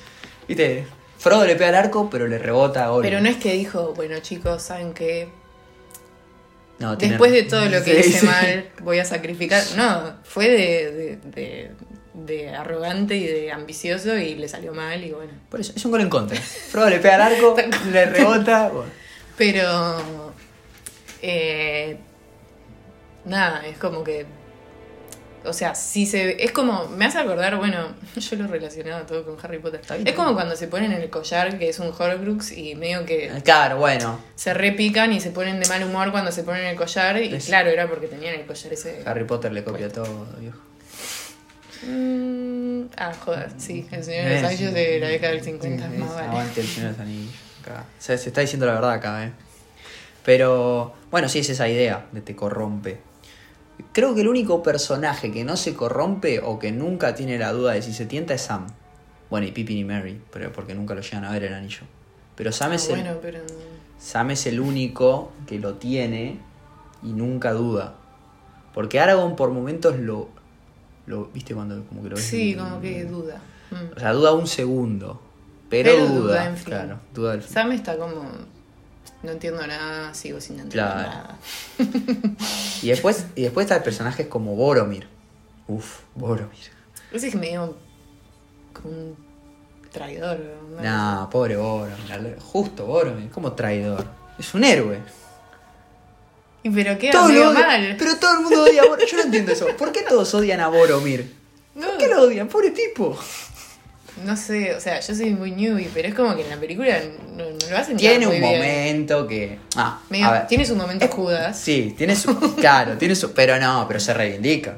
A: ¿Viste? Frodo le pega al arco, pero le rebota a Gollum.
B: Pero no es que dijo, bueno chicos, ¿saben qué?
A: No, tiene-
B: Después de todo lo que
A: Sí,
B: hice
A: sí.
B: mal, voy a sacrificar. No, fue de, de- de- de arrogante y de ambicioso y le salió mal y bueno.
A: Por eso, es un gol en contra. Frodo le pega al arco, le rebota. bueno.
B: Pero... eh, nada, es como que... O sea, sí se... Es como... Me hace acordar, bueno, yo lo relacionaba todo con Harry Potter.
A: Está bien.
B: Es como cuando se ponen el collar, que es un Horcrux, y medio que
A: Claro, bueno.
B: se repican y se ponen de mal humor cuando se ponen el collar. Y
A: Es-
B: claro, era porque tenían el collar ese...
A: Harry Potter le copia todo, viejo.
B: Mm, ah, joder, sí, el Señor de
A: Eh,
B: los Anillos
A: sí.
B: de la década del
A: Sí,
B: 50
A: Ah,
B: es más
A: es,
B: vale.
A: Aguante el Señor de los Anillos. acá. O sea, se está diciendo la verdad acá, ¿eh? Pero, bueno, sí, es esa idea de te corrompe. Creo que el único personaje que no se corrompe o que nunca tiene la duda de si se tienta es Sam. Bueno, y Pippin y Mary, pero porque nunca lo llegan a ver el anillo. Pero Sam
B: Ah,
A: es el,
B: bueno, pero
A: Sam es el único que lo tiene y nunca duda. Porque Aragorn por momentos lo. lo ¿Viste cuando como que lo ves?
B: sí, como que duda. Mm.
A: O sea, duda un segundo. Pero,
B: Pero
A: duda.
B: duda, en fin.
A: Claro, duda del fin.
B: Sam está como no entiendo nada, sigo sin entender
A: Claro.
B: nada.
A: Y después, y después está personajes como Boromir. Uf, Boromir.
B: Ese es medio como un traidor. ¿no?
A: Nah, pobre Boromir. al- Justo Boromir. Como traidor. Es un héroe.
B: Y pero queda
A: Todos lo
B: medio
A: odian,
B: mal.
A: Pero todo el mundo odia a Boromir. Yo no entiendo eso. ¿Por qué todos odian a Boromir? ¿Por
B: No.
A: qué lo odian? Pobre tipo.
B: No sé, o sea, yo soy muy newbie, pero es como que en la película no, no lo hacen
A: Tiene
B: tan
A: un
B: muy bien.
A: momento que. Ah,
B: Medio-
A: a ver.
B: tiene su momento Judas.
A: Sí, tiene su. Claro, tiene su. Pero no, pero se reivindica.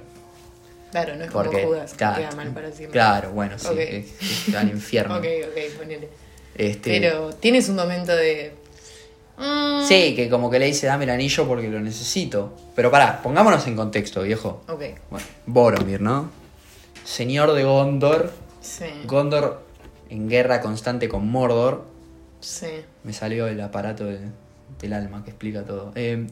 B: Claro, no es
A: Porque.
B: como Judas, que
A: claro,
B: queda mal para siempre.
A: Claro, bueno, sí.
B: Ok.
A: Es, es tan infierno.
B: Ok, ok, ponele.
A: Este,
B: Pero tienes un momento de. mm,
A: Sí, que como que le dice, dame el anillo porque lo necesito. Pero pará, pongámonos en contexto, viejo.
B: Ok.
A: Bueno, Boromir, ¿no? Señor de Gondor.
B: Sí.
A: Gondor en guerra constante con Mordor.
B: Sí.
A: Me salió el aparato de- del alma que explica todo. Eh,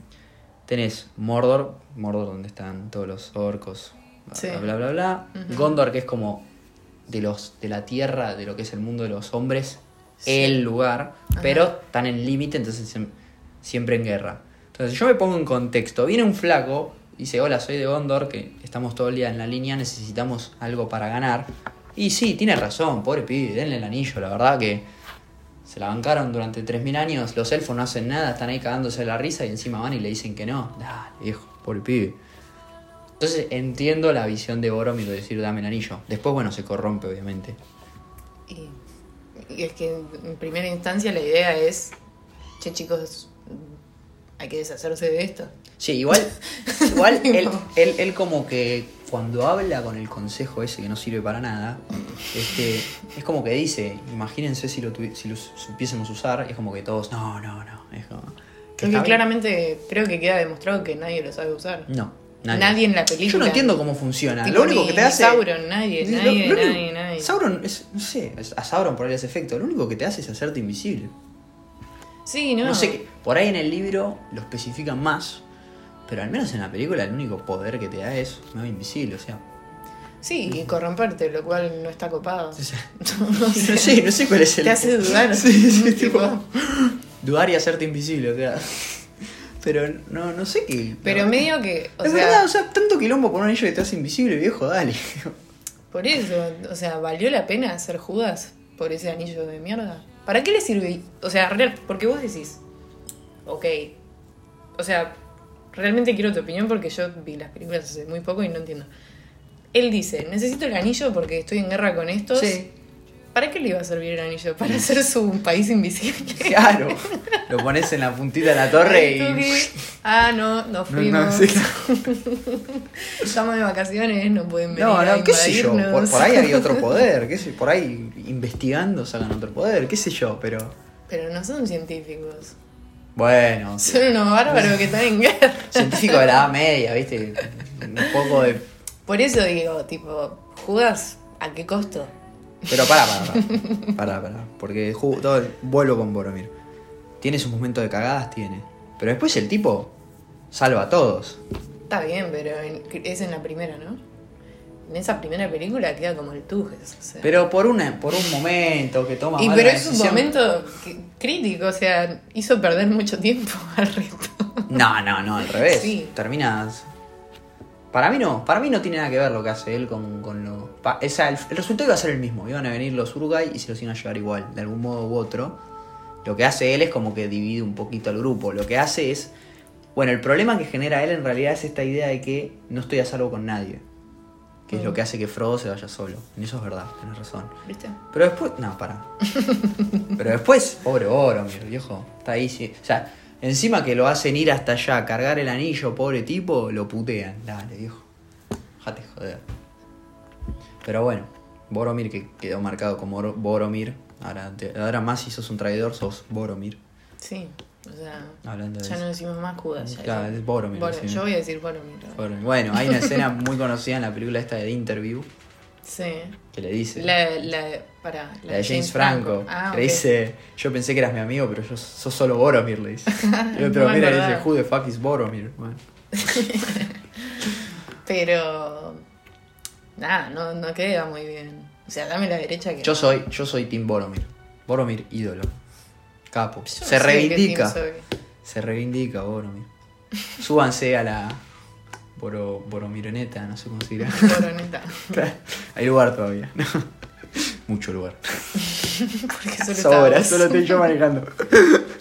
A: tenés Mordor, Mordor donde están todos los orcos, bla
B: Sí.
A: bla bla bla. bla. Gondor que es como de los de la tierra, de lo que es el mundo de los hombres, el lugar, pero están en límite, entonces siem- siempre en guerra. Entonces yo me pongo en contexto, viene un flaco, dice, "Hola, soy de Gondor, que estamos todo el día en la línea, necesitamos algo para ganar." Y sí, tiene razón, pobre pibe, denle el anillo, la verdad que se la bancaron durante 3.000 años, los elfos no hacen nada, están ahí cagándose la risa y encima van y le dicen que no. Dale, viejo, pobre pibe. Entonces entiendo la visión de Boromir de decir dame el anillo. Después, bueno, se corrompe, obviamente.
B: Y, y es que en, en primera instancia la idea es. Che, chicos, mm, hay que deshacerse de esto.
A: Sí, igual, igual él,
B: No.
A: él, él como que cuando habla con el consejo ese que no sirve para nada, este, es como que dice, imagínense si lo, tuvi- si lo supiésemos usar, y es como que todos, no, no, no. Es como,
B: Creo
A: está
B: que
A: bien.
B: claramente creo que queda demostrado que nadie lo sabe usar.
A: No,
B: Nadie,
A: nadie.
B: en la película.
A: Yo no entiendo cómo funciona.
B: Tipo,
A: lo único
B: ni-
A: que te
B: ni
A: hace.
B: Sauron, nadie,
A: Lo-
B: nadie,
A: lo único-
B: nadie, nadie.
A: Sauron, es, no sé, es- a Sauron por ahí ese efecto. Lo único que te hace es hacerte invisible.
B: Sí, no.
A: No sé, qué- por ahí en el libro lo especifican más, pero al menos en la película el único poder que te da es me voy invisible, o sea.
B: Sí, y corromperte, lo cual no está copado.
A: o sea,
B: No sé.
A: no sé, no sé cuál es el.
B: Te hace dudar.
A: Sí, sí,
B: Tipo,
A: tipo, Dudar y hacerte invisible, o sea. Pero no, no sé qué.
B: Pero
A: no.
B: medio que. O
A: es
B: sea,
A: verdad, o sea, tanto quilombo por un anillo que te hace invisible, viejo, dale.
B: Por eso, o sea, ¿valió la pena ser Judas por ese anillo de mierda? ¿Para qué le sirve? O sea, real- porque vos decís, ok, o sea, realmente quiero tu opinión porque yo vi las películas hace muy poco y no entiendo. Él dice, necesito el anillo porque estoy en guerra con estos. ¿Para qué le iba a servir el anillo? ¿Para hacer su país invisible?
A: Claro. Lo pones en la puntita de la torre
B: Ay,
A: y.
B: tuki. Ah, no, nos
A: No, no,
B: fuimos.
A: sí.
B: Estamos de vacaciones, no pueden venir
A: No,
B: a
A: no, qué sé yo. Por,
B: invadirnos.
A: por ahí había otro poder. Qué sé, por ahí investigando sacan otro poder, qué sé yo, pero.
B: Pero no son científicos.
A: Bueno,
B: Son unos bárbaros que están en guerra.
A: científico de la edad media, ¿viste? Un poco de.
B: Por eso digo, tipo, ¿jugas a qué costo?
A: Pero pará, pará, pará. Pará, pará. Porque ju- todo, vuelvo con Boromir. Tiene sus momentos de cagadas, tiene. Pero después el tipo salva a todos.
B: Está bien, pero en- es en la primera, ¿no? En esa primera película queda como el tujes. o sea.
A: Pero por, una, por un momento que toma.
B: y
A: mala
B: pero es un
A: decisión.
B: momento que- crítico, o sea, hizo perder mucho tiempo al resto.
A: No, no, no, al revés.
B: Sí.
A: Terminas. Para mí no, para mí no tiene nada que ver lo que hace él con, con lo. pa- o sea, el, el resultado iba a ser el mismo. Iban a venir los Uruguay y se los iban a llevar igual, de algún modo u otro. Lo que hace él es como que divide un poquito al grupo. Lo que hace es. Bueno, el problema que genera él en realidad es esta idea de que no estoy a salvo con nadie. Que es lo que hace que Frodo se vaya solo. En eso es verdad, tenés razón.
B: ¿Viste?
A: Pero después. No, para. Pero después, pobre Boromir, viejo. Está ahí, sí. O sea, encima que lo hacen ir hasta allá, cargar el anillo, pobre tipo, lo putean. Dale, viejo. Jate, joder. Pero bueno, Boromir que quedó marcado como Oro- Boromir. Ahora, te- ahora más si sos un traidor, sos Boromir.
B: Sí, o sea,
A: Hablando de
B: ya no
A: eso.
B: decimos más Judas. ya
A: Claro,
B: decimos-
A: es Boromir,
B: Boro-
A: sí.
B: Yo voy a decir Boromir. ahora.
A: Boromir. Bueno, hay una escena muy conocida en la película esta de The Interview
B: Sí.
A: que le dice.
B: La, la, para,
A: La de James Franco.
B: Ah,
A: que
B: ok.
A: Le dice, yo pensé que eras mi amigo, pero yo sos solo Boromir, le dice. Y el otro
B: No me
A: mira y le dice,
B: acordaba.
A: who the fuck is Boromir? Bueno,
B: Pero. Nada, no, no queda muy bien. O sea, dame la derecha que.
A: yo soy, yo soy Team Boromir. Boromir, ídolo. Capo.
B: Yo
A: se
B: no sé de qué
A: reivindica.
B: team soy.
A: Se reivindica Boromir. Súbanse a la Boro, Boromironeta, no sé cómo se dirá.
B: Coroneta.
A: Hay lugar todavía. Mucho lugar.
B: Porque solo
A: Sobra,
B: estaba
A: solo
B: vos.
A: estoy yo manejando.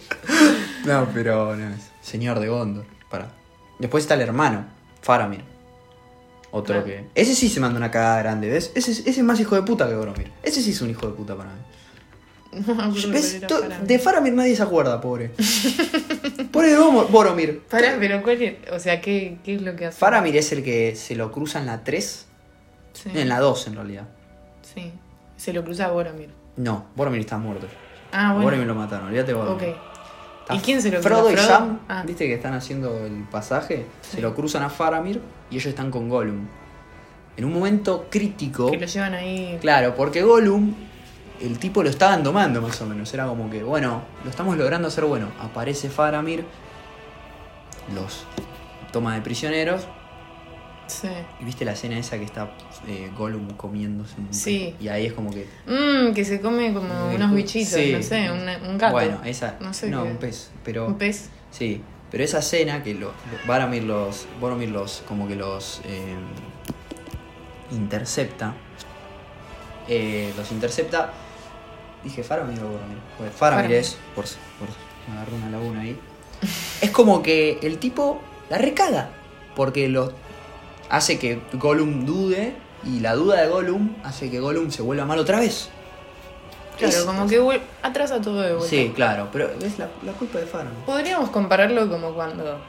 A: no, pero no es. Señor de Gondor, para. Después está el hermano, Faramir. Otro
B: Ah.
A: que. Ese sí se manda una cagada grande, ¿ves? Ese, es- ese es más hijo de puta que Boromir. Ese sí es un hijo de puta para mí.
B: No, me acuerdo
A: ¿Ves?
B: cuál era,
A: To-
B: pará.
A: de Faramir nadie se acuerda, pobre. pobre de Bomo- Boromir.
B: Pará, pero ¿cuál es? O sea, ¿qué, qué es lo que hace?
A: Faramir es el que se lo cruza en la 3.
B: Sí.
A: En la 2, en realidad.
B: sí. Se lo cruza a Boromir.
A: No, Boromir está muerto.
B: Ah, bueno.
A: Boromir lo mataron, olvídate de Boromir.
B: ok.
A: Está
B: ¿Y quién se lo
A: Frodo
B: cruza?
A: y
B: ¿Frodo?
A: Sam,
B: Ah.
A: viste que están haciendo el pasaje, se lo cruzan a Faramir y ellos están con Gollum. En un momento crítico,
B: Que lo llevan ahí.
A: claro, porque Gollum, el tipo lo estaban domando más o menos. Era como que, bueno, lo estamos logrando hacer bueno. Aparece Faramir, los toma de prisioneros.
B: Sí.
A: Y viste la escena esa que está eh, Gollum comiéndose un
B: Sí.
A: Y ahí es como que.
B: Mmm, que se come como
A: eh,
B: unos bichitos,
A: sí.
B: no sé, una- un gato.
A: Bueno, esa. No,
B: No sé qué.
A: un pez. Pero.
B: Un pez.
A: Sí, pero esa escena que lo, Boromir los, Boromir los, como que los eh, intercepta, eh, los intercepta, dije Faramir o Boromir, Pues Faramir,
B: Faramir.
A: es, por, si- por si me agarró una laguna ahí, es como que el tipo la recaga, porque lo hace que Gollum dude y la duda de Gollum hace que Gollum se vuelva mal otra vez.
B: Claro,
A: Es-
B: como que vuel- atrasa todo de vuelta.
A: Sí, claro, pero es la, la culpa de Faramir.
B: Podríamos compararlo como cuando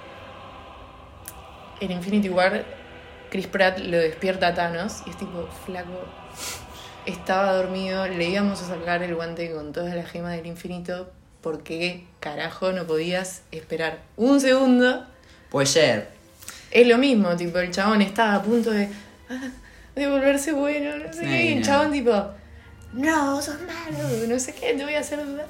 B: en Infinity War Chris Pratt lo despierta a Thanos y es tipo flaco. Estaba dormido, le íbamos a sacar el guante con todas las gemas del infinito. porque carajo no podías esperar un segundo?
A: Puede ser,
B: Es lo mismo, tipo, el chabón estaba a punto de, ah, de volverse bueno, no sé
A: Sí,
B: qué. Y el
A: no.
B: chabón, tipo, no, sos malo, no sé qué, te voy a hacer... dudar".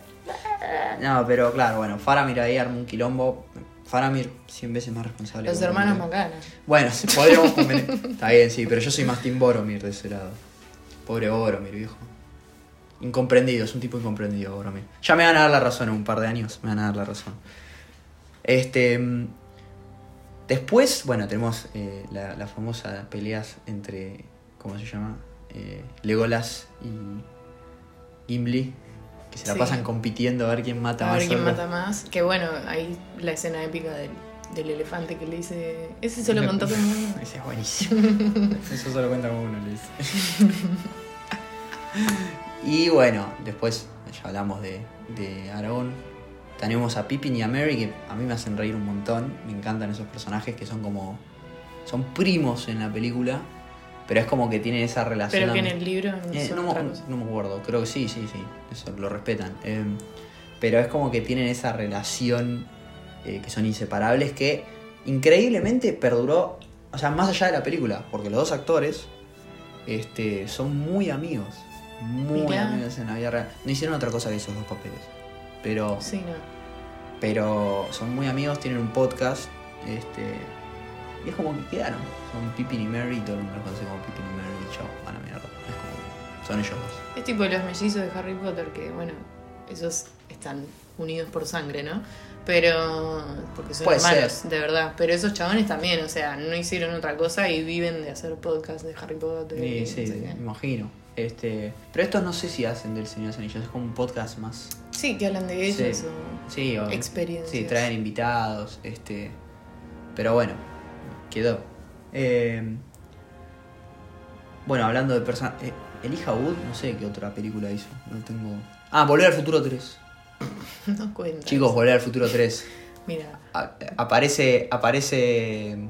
A: No, pero claro, bueno, Faramir ahí armó un quilombo. Faramir, 100 veces más responsable.
B: Los
A: que
B: hermanos
A: Boromir.
B: Macana.
A: Bueno, sí, podríamos convenir. Está bien, sí, pero yo soy más Team Boromir de ese lado. Pobre Boromir, viejo. Incomprendido, es un tipo incomprendido, Boromir. Ya me van a dar la razón en un par de años, me van a dar la razón. Este. mm, Después, bueno, tenemos eh, la, la famosa peleas entre. ¿Cómo se llama? Eh, Legolas y Gimli. Que se la
B: Sí.
A: pasan compitiendo a ver quién mata
B: A ver
A: más
B: quién
A: orcos.
B: mata más. Que bueno, ahí la escena épica del, del elefante que le dice. Ese se lo contó todo el mundo.
A: Ese es buenísimo. Eso solo cuenta como uno, Liz. y bueno, después ya hablamos de, de Aragón. Tenemos a Pippin y a Mary, que a mí me hacen reír un montón. Me encantan esos personajes que son como. Son primos en la película, pero es como que tienen esa relación.
B: Pero que en
A: am-
B: el libro no
A: eh,
B: son
A: no,
B: otra
A: me,
B: cosa.
A: no me acuerdo, creo que sí, sí, sí, eso lo respetan. Eh, pero es como que tienen esa relación eh, que son inseparables que increíblemente perduró, o sea, más allá de la película, porque los dos actores este, son muy amigos, muy
B: Mirá.
A: amigos en la vida real. No hicieron otra cosa que esos dos papeles, pero,
B: Sí, no.
A: pero son muy amigos, tienen un podcast, este, y es como que quedaron. Son Pippin y Mary, y todo el mundo los conoce como Pippin y Mary, y chao, a la mierda. Es como, son ellos dos.
B: Es tipo los mellizos de Harry Potter, que bueno, esos están unidos por sangre, ¿no? Pero. Porque son
A: Puede
B: hermanos,
A: ser.
B: de verdad. Pero esos chabones también, o sea, no hicieron otra cosa y viven de hacer podcasts de Harry Potter. y
A: Sí, sí,
B: no sé
A: me
B: qué.
A: imagino. Este, pero estos no sé si hacen del Señor de los Anillos, es como un podcast más.
B: Sí, que hablan de ellos.
A: Sí.
B: o-
A: Sí, o-
B: Experiencias.
A: Sí, traen invitados, este. Pero bueno, quedó. Eh, bueno, hablando de personas. Elija Wood, no sé qué otra película hizo. No tengo. Ah, Volver al Futuro 3.
B: No cuentan.
A: Chicos, Volver al Futuro 3.
B: Mira.
A: A- aparece. Aparece. em,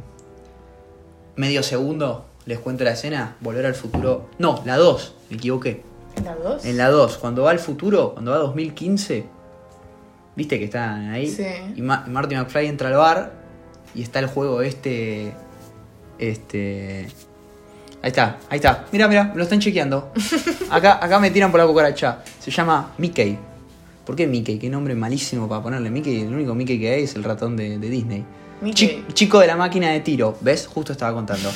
A: Medio segundo, les cuento la escena. Volver al futuro. No, la 2, me equivoqué.
B: ¿En la dos?
A: En la 2, cuando va al futuro, cuando va a 2015, viste que están ahí.
B: Sí.
A: Y Ma- Marty McFly entra al bar y está el juego este. Este. Ahí está, ahí está. Mira, mira, me lo están chequeando. Acá, acá me tiran por la cucaracha. Se llama Mickey. ¿Por qué Mickey? Qué nombre malísimo para ponerle. Mickey, el único Mickey que hay es el ratón de, de Disney.
B: Mickey.
A: Chi- chico de la máquina de tiro, ¿ves? Justo estaba contando.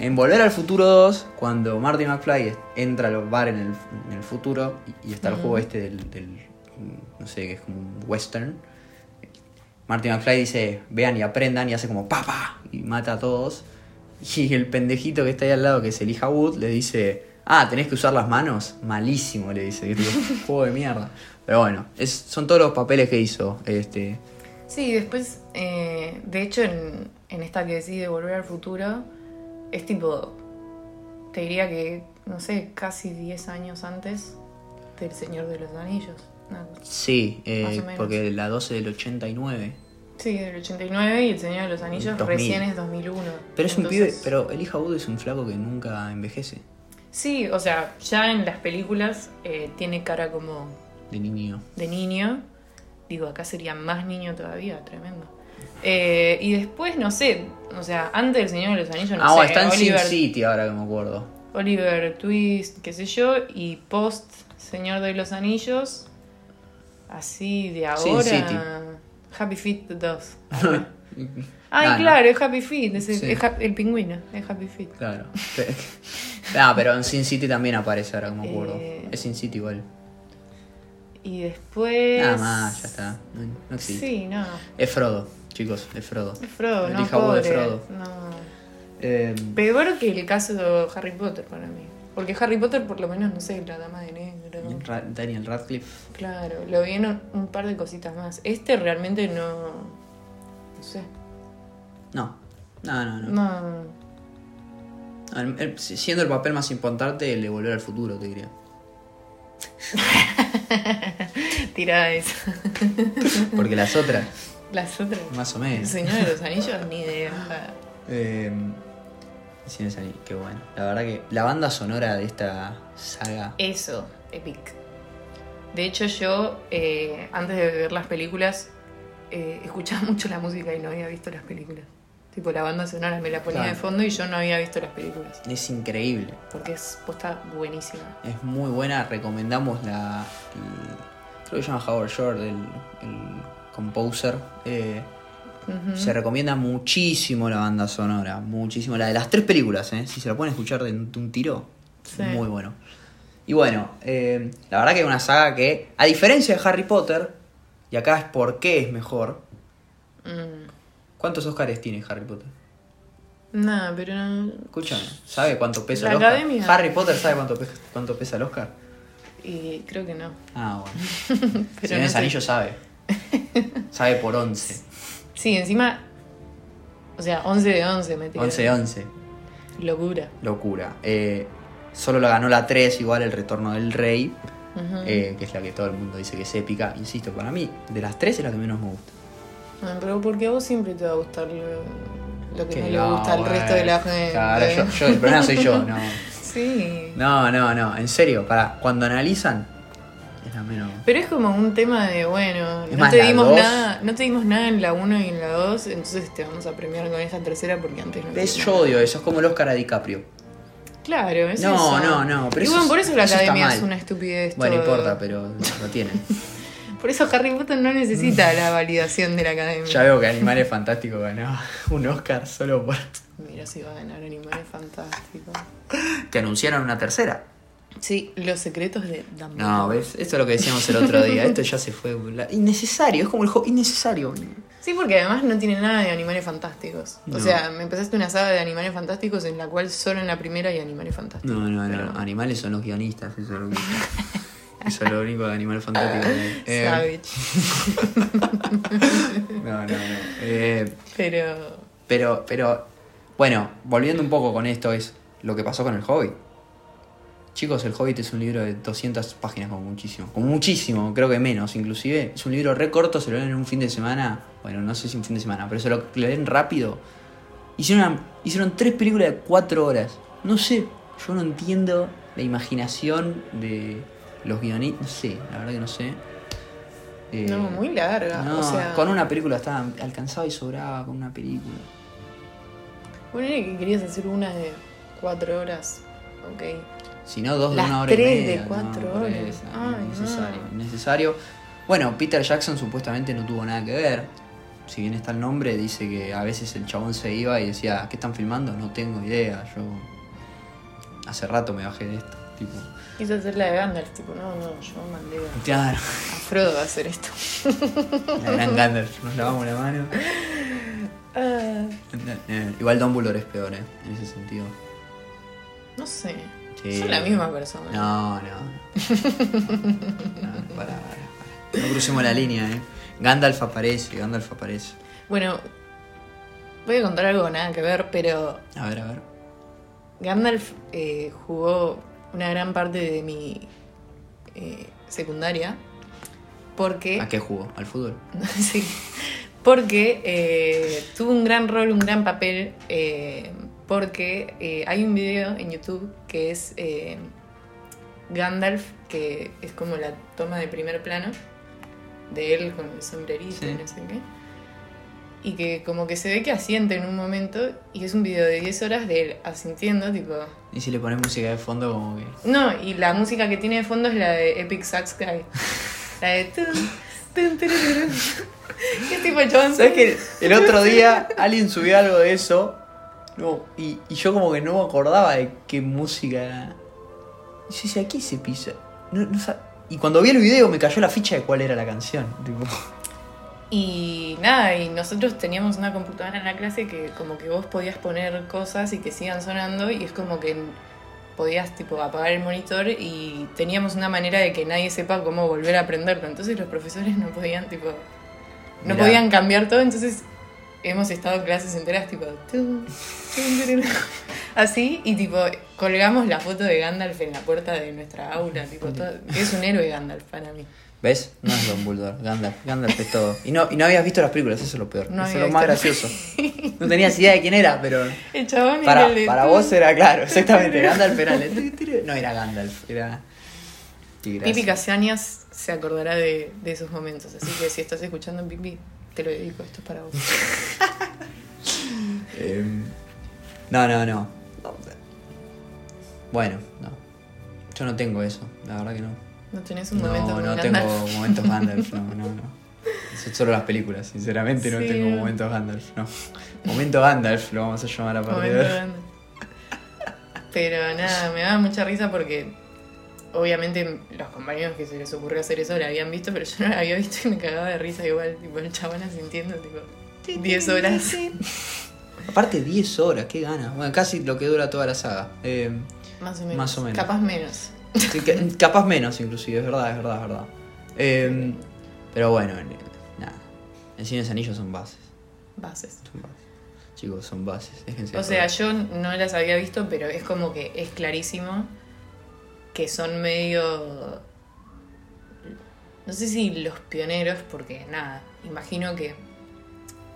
A: En Volver al Futuro 2, cuando Marty McFly es- entra al bar en el, en el futuro y, y está el juego este del, del- No sé, que es como un western. Marty McFly dice, vean y aprendan, y hace como papá, y mata a todos. Y el pendejito que está ahí al lado, que es el hija Wood, le dice, ah, tenés que usar las manos. Malísimo, le dice. Y digo, juego de mierda. Pero bueno, es- son todos los papeles que hizo. Este,
B: Sí, después, eh, de hecho, en, en esta que decide volver al futuro, es tipo, te diría que, no sé, casi 10 años antes del Señor de los Anillos. Una cosa-
A: sí, eh,
B: Más o menos.
A: porque la 12 del 89.
B: Sí, del 89 y el Señor de los Anillos
A: 2000.
B: recién es 2001.
A: Pero es un pibe,
B: Entonces-
A: pero el hija Wood es un flaco que nunca envejece.
B: Sí, o sea, ya en las películas eh, tiene cara como
A: De niño.
B: de niño. Digo, acá sería más niño todavía, tremendo. Eh, y después, no sé, o sea, antes del Señor de los Anillos, no
A: ah,
B: sé,
A: bueno, está en Sin
B: Oliver
A: City ahora que me acuerdo.
B: Oliver Twist, qué sé yo, y post Señor de los Anillos, así de
A: Sin
B: ahora.
A: City.
B: Happy Feet 2.
A: Ah,
B: Ay,
A: no.
B: claro, es Happy Feet, es, el,
A: Sí.
B: es ha- el pingüino, es Happy Feet.
A: Claro. ah, pero en Sin City también aparece ahora que me acuerdo.
B: Eh,
A: Es Sin City igual.
B: Y después.
A: Nada más, Ah, ya está. No, no existe.
B: Sí, no.
A: Es Frodo, chicos, es Frodo.
B: Es Frodo,
A: El
B: no,
A: hija de
B: pobre,
A: Frodo.
B: no.
A: Eh,
B: Peor que el caso de Harry Potter para mí. Porque Harry Potter, por lo menos, no sé, la dama de negro.
A: Ra- Daniel Radcliffe.
B: Claro, lo vi en un, un par de cositas más. Este realmente no. No sé.
A: No. No, no, no.
B: No.
A: Al- el- si- siendo el papel más importante, el de volver al futuro, te diría.
B: Tira esa.
A: Porque las otras,
B: Las otras.
A: más o
B: El
A: menos.
B: Señor de los Anillos, ni idea.
A: Eh, sí, es ahí, qué bueno. La verdad que la banda sonora de esta saga.
B: Eso, epic. De hecho, yo, eh, antes de ver las películas, eh, escuchaba mucho la música y no había visto las películas. Tipo, la banda sonora me la ponía
A: Claro.
B: de fondo y yo no había visto las películas.
A: Es increíble.
B: Porque es posta buenísima.
A: Es muy buena. Recomendamos la. el- creo que se llama Howard Shore, el, el composer. Eh, Se recomienda muchísimo la banda sonora. Muchísimo. La de las tres películas, ¿eh? Si se la pueden escuchar de un, de un tiro.
B: Sí.
A: Muy bueno. Y bueno, eh, la verdad que es una saga que, a diferencia de Harry Potter, y acá es por qué es mejor.
B: Mm.
A: ¿Cuántos Oscars tiene Harry Potter?
B: Nada, pero no.
A: Escúchame, ¿sabe cuánto pesa
B: La
A: el Oscar?
B: academia.
A: Harry Potter sabe cuánto, pe- cuánto pesa el Oscar.
B: Y creo que no.
A: Ah, bueno.
B: Pero
A: si no
B: no
A: es
B: sé.
A: anillo, sabe. Sabe por 11.
B: Sí, encima. O sea, 11 de 11 me tiré.
A: 11 11.
B: Locura.
A: Locura. Eh, solo la ganó la 3, igual el retorno del rey,
B: Ujú.
A: eh, que es la que todo el mundo dice que es épica. Insisto, para mí, de las 3 es la que menos me gusta.
B: Ah, Pero porque a vos siempre te va a gustar lo, lo que
A: Que
B: no le gusta al
A: bueno.
B: resto de la gente.
A: Claro, yo, yo- el problema soy yo, no.
B: Sí.
A: No, no, no. En serio, para cuando analizan, es la menos.
B: Pero es como un tema de, bueno,
A: Es
B: no
A: más,
B: te,
A: la
B: dimos
A: dos-
B: nada, no te dimos nada en la 1 y en la 2, entonces te vamos a premiar con esta tercera porque antes no.
A: Es,
B: hicimos
A: yo
B: nada.
A: odio eso, es como el Oscar a DiCaprio.
B: Claro, es
A: No,
B: eso.
A: no, no, pero
B: y
A: eso
B: bueno,
A: es-
B: por eso la
A: eso está
B: academia
A: mal.
B: es una estupidez.
A: Bueno, no
B: todo.
A: importa, pero lo tienen.
B: Por eso Harry Potter no necesita la validación de la academia.
A: Mm. Ya veo que Animales Fantásticos ganó un Oscar solo por.
B: Mira si va a ganar Animales Fantásticos.
A: Que anunciaron una tercera.
B: Sí, Los Secretos de Dumbledore.
A: No, ¿ves? Esto es lo que decíamos el otro día. Esto ya se fue. la- Innecesario, es como el juego innecesario.
B: Sí, porque además no tiene nada de Animales Fantásticos.
A: No.
B: O sea, me empezaste una saga de Animales Fantásticos en la cual solo en la primera hay Animales Fantásticos.
A: No, no, no. Animales son los guionistas, eso es lo único. Eso es lo único de Animal Fantástico. Eh,
B: Savage.
A: no, no, no. Eh,
B: Pero...
A: pero, pero, bueno, volviendo un poco con esto, es lo que pasó con el Hobbit. Chicos, el Hobbit es un libro de 200 páginas, como muchísimo. Como muchísimo, creo que menos, inclusive. Es un libro re corto, se lo leen en un fin de semana. Bueno, no sé si un fin de semana, pero se lo leen rápido. Hicieron, una- hicieron tres películas de cuatro horas. No sé, yo no entiendo la imaginación de los guionistas. No sé, la verdad que no sé. Eh,
B: No, muy larga.
A: no,
B: o sea,
A: con una película estaba alcanzado y sobraba con una película.
B: Bueno, era que querías hacer una de cuatro horas. Ok.
A: Si no, dos
B: Las
A: de una hora y
B: tres
A: media.
B: de cuatro
A: no, por
B: horas.
A: eso,
B: Ay,
A: innecesario,
B: no.
A: innecesario. Bueno, Peter Jackson supuestamente no tuvo nada que ver. Si bien está el nombre, dice que a veces el chabón se iba y decía, ¿qué están filmando? No tengo idea. Yo hace rato me bajé de esto. Tipo,
B: Quiso hacer la de Gandalf, tipo, no, no, yo mandé a
A: claro,
B: a Frodo a hacer esto.
A: la gran Gandalf, nos lavamos la mano.
B: Ah,
A: Eh, Igual Dumbledore es peor, ¿eh? En ese sentido.
B: no sé.
A: Sí.
B: Son la misma persona.
A: No, no. No, para, No crucemos la línea, ¿eh? Gandalf aparece, Gandalf aparece.
B: Bueno, voy a contar algo nada que ver, pero
A: A ver, a ver.
B: Gandalf eh, jugó una gran parte de mi eh, secundaria porque
A: ¿A qué jugó? ¿Al fútbol?
B: Sí. Porque eh, tuvo un gran rol, un gran papel. eh, porque eh, hay un video en YouTube que es eh, Gandalf, que es como la toma de primer plano de él con el sombrerito
A: Sí.
B: y no sé qué. Y que como que se ve que asiente en un momento y es un video de 10 horas de él asintiendo, tipo...
A: Y si le pones música de fondo, como que.
B: No, y la música que tiene de fondo es la de Epic Sax Guy. La de... tun, tun, turururun. Y es tipo Johnson.
A: ¿Sabes que el otro día alguien subió algo de eso? No, y, y yo como que no me acordaba de qué música era. Y yo decía, ¿qué se pisa? No, no sab- Y cuando vi el video me cayó la ficha de cuál era la canción. Tipo,
B: Y nada, y nosotros teníamos una computadora en la clase que como que vos podías poner cosas y que sigan sonando y es como que podías tipo apagar el monitor y teníamos una manera de que nadie sepa cómo volver a aprenderlo. Entonces los profesores no podían tipo no
A: Mirá.
B: podían cambiar todo, entonces hemos estado en clases enteras tipo tu, tu, tu, tu, así y tipo colgamos la foto de Gandalf en la puerta de nuestra aula, tipo todo- es un héroe Gandalf para mí.
A: ¿Ves? No es Don Bulldog, Gandalf. Gandalf es todo. Y no, y no habías visto las películas, eso es lo peor.
B: No
A: eso es
B: había
A: lo más
B: visto.
A: gracioso. No tenías idea de quién era, pero.
B: El chabón
A: Para,
B: era el de
A: para
B: tu-
A: vos era claro, exactamente. Gandalf era. el- No era Gandalf, era. Y gracias.
B: Pipi Casianias se acordará de, de esos momentos, así que si estás escuchando en Pipi, te lo dedico, esto es para vos.
A: Em, no, no, no. Bueno, no. Yo no tengo eso, la verdad que no.
B: No tenés un momento
A: No,
B: con
A: no
B: Gandalf.
A: tengo momentos Gandalf, no, no, no. Son solo las películas, sinceramente no
B: Sí.
A: tengo momentos Gandalf, no. Momento Gandalf lo vamos a llamar a partir de
B: Momento
A: ahora.
B: Gandalf. Pero nada, me daba mucha risa porque obviamente los compañeros que se les ocurrió hacer eso la habían visto, pero yo no la había visto y me cagaba de risa igual, tipo el chabón asintiendo, tipo 10 horas.
A: Aparte 10 horas, qué ganas. Bueno, casi lo que dura toda la saga. Eh,
B: Más o menos.
A: Más o menos.
B: Capaz menos.
A: sí, ca- capaz menos inclusive, es verdad, es verdad, es verdad. Eh, pero bueno, eh, nada. En Cines Anillos son bases.
B: Bases.
A: Son bases. Chicos, son bases. déjense de
B: O sea,
A: joder.
B: yo no las había visto, pero es como que es clarísimo que son medio. No sé si los pioneros, porque nada, imagino que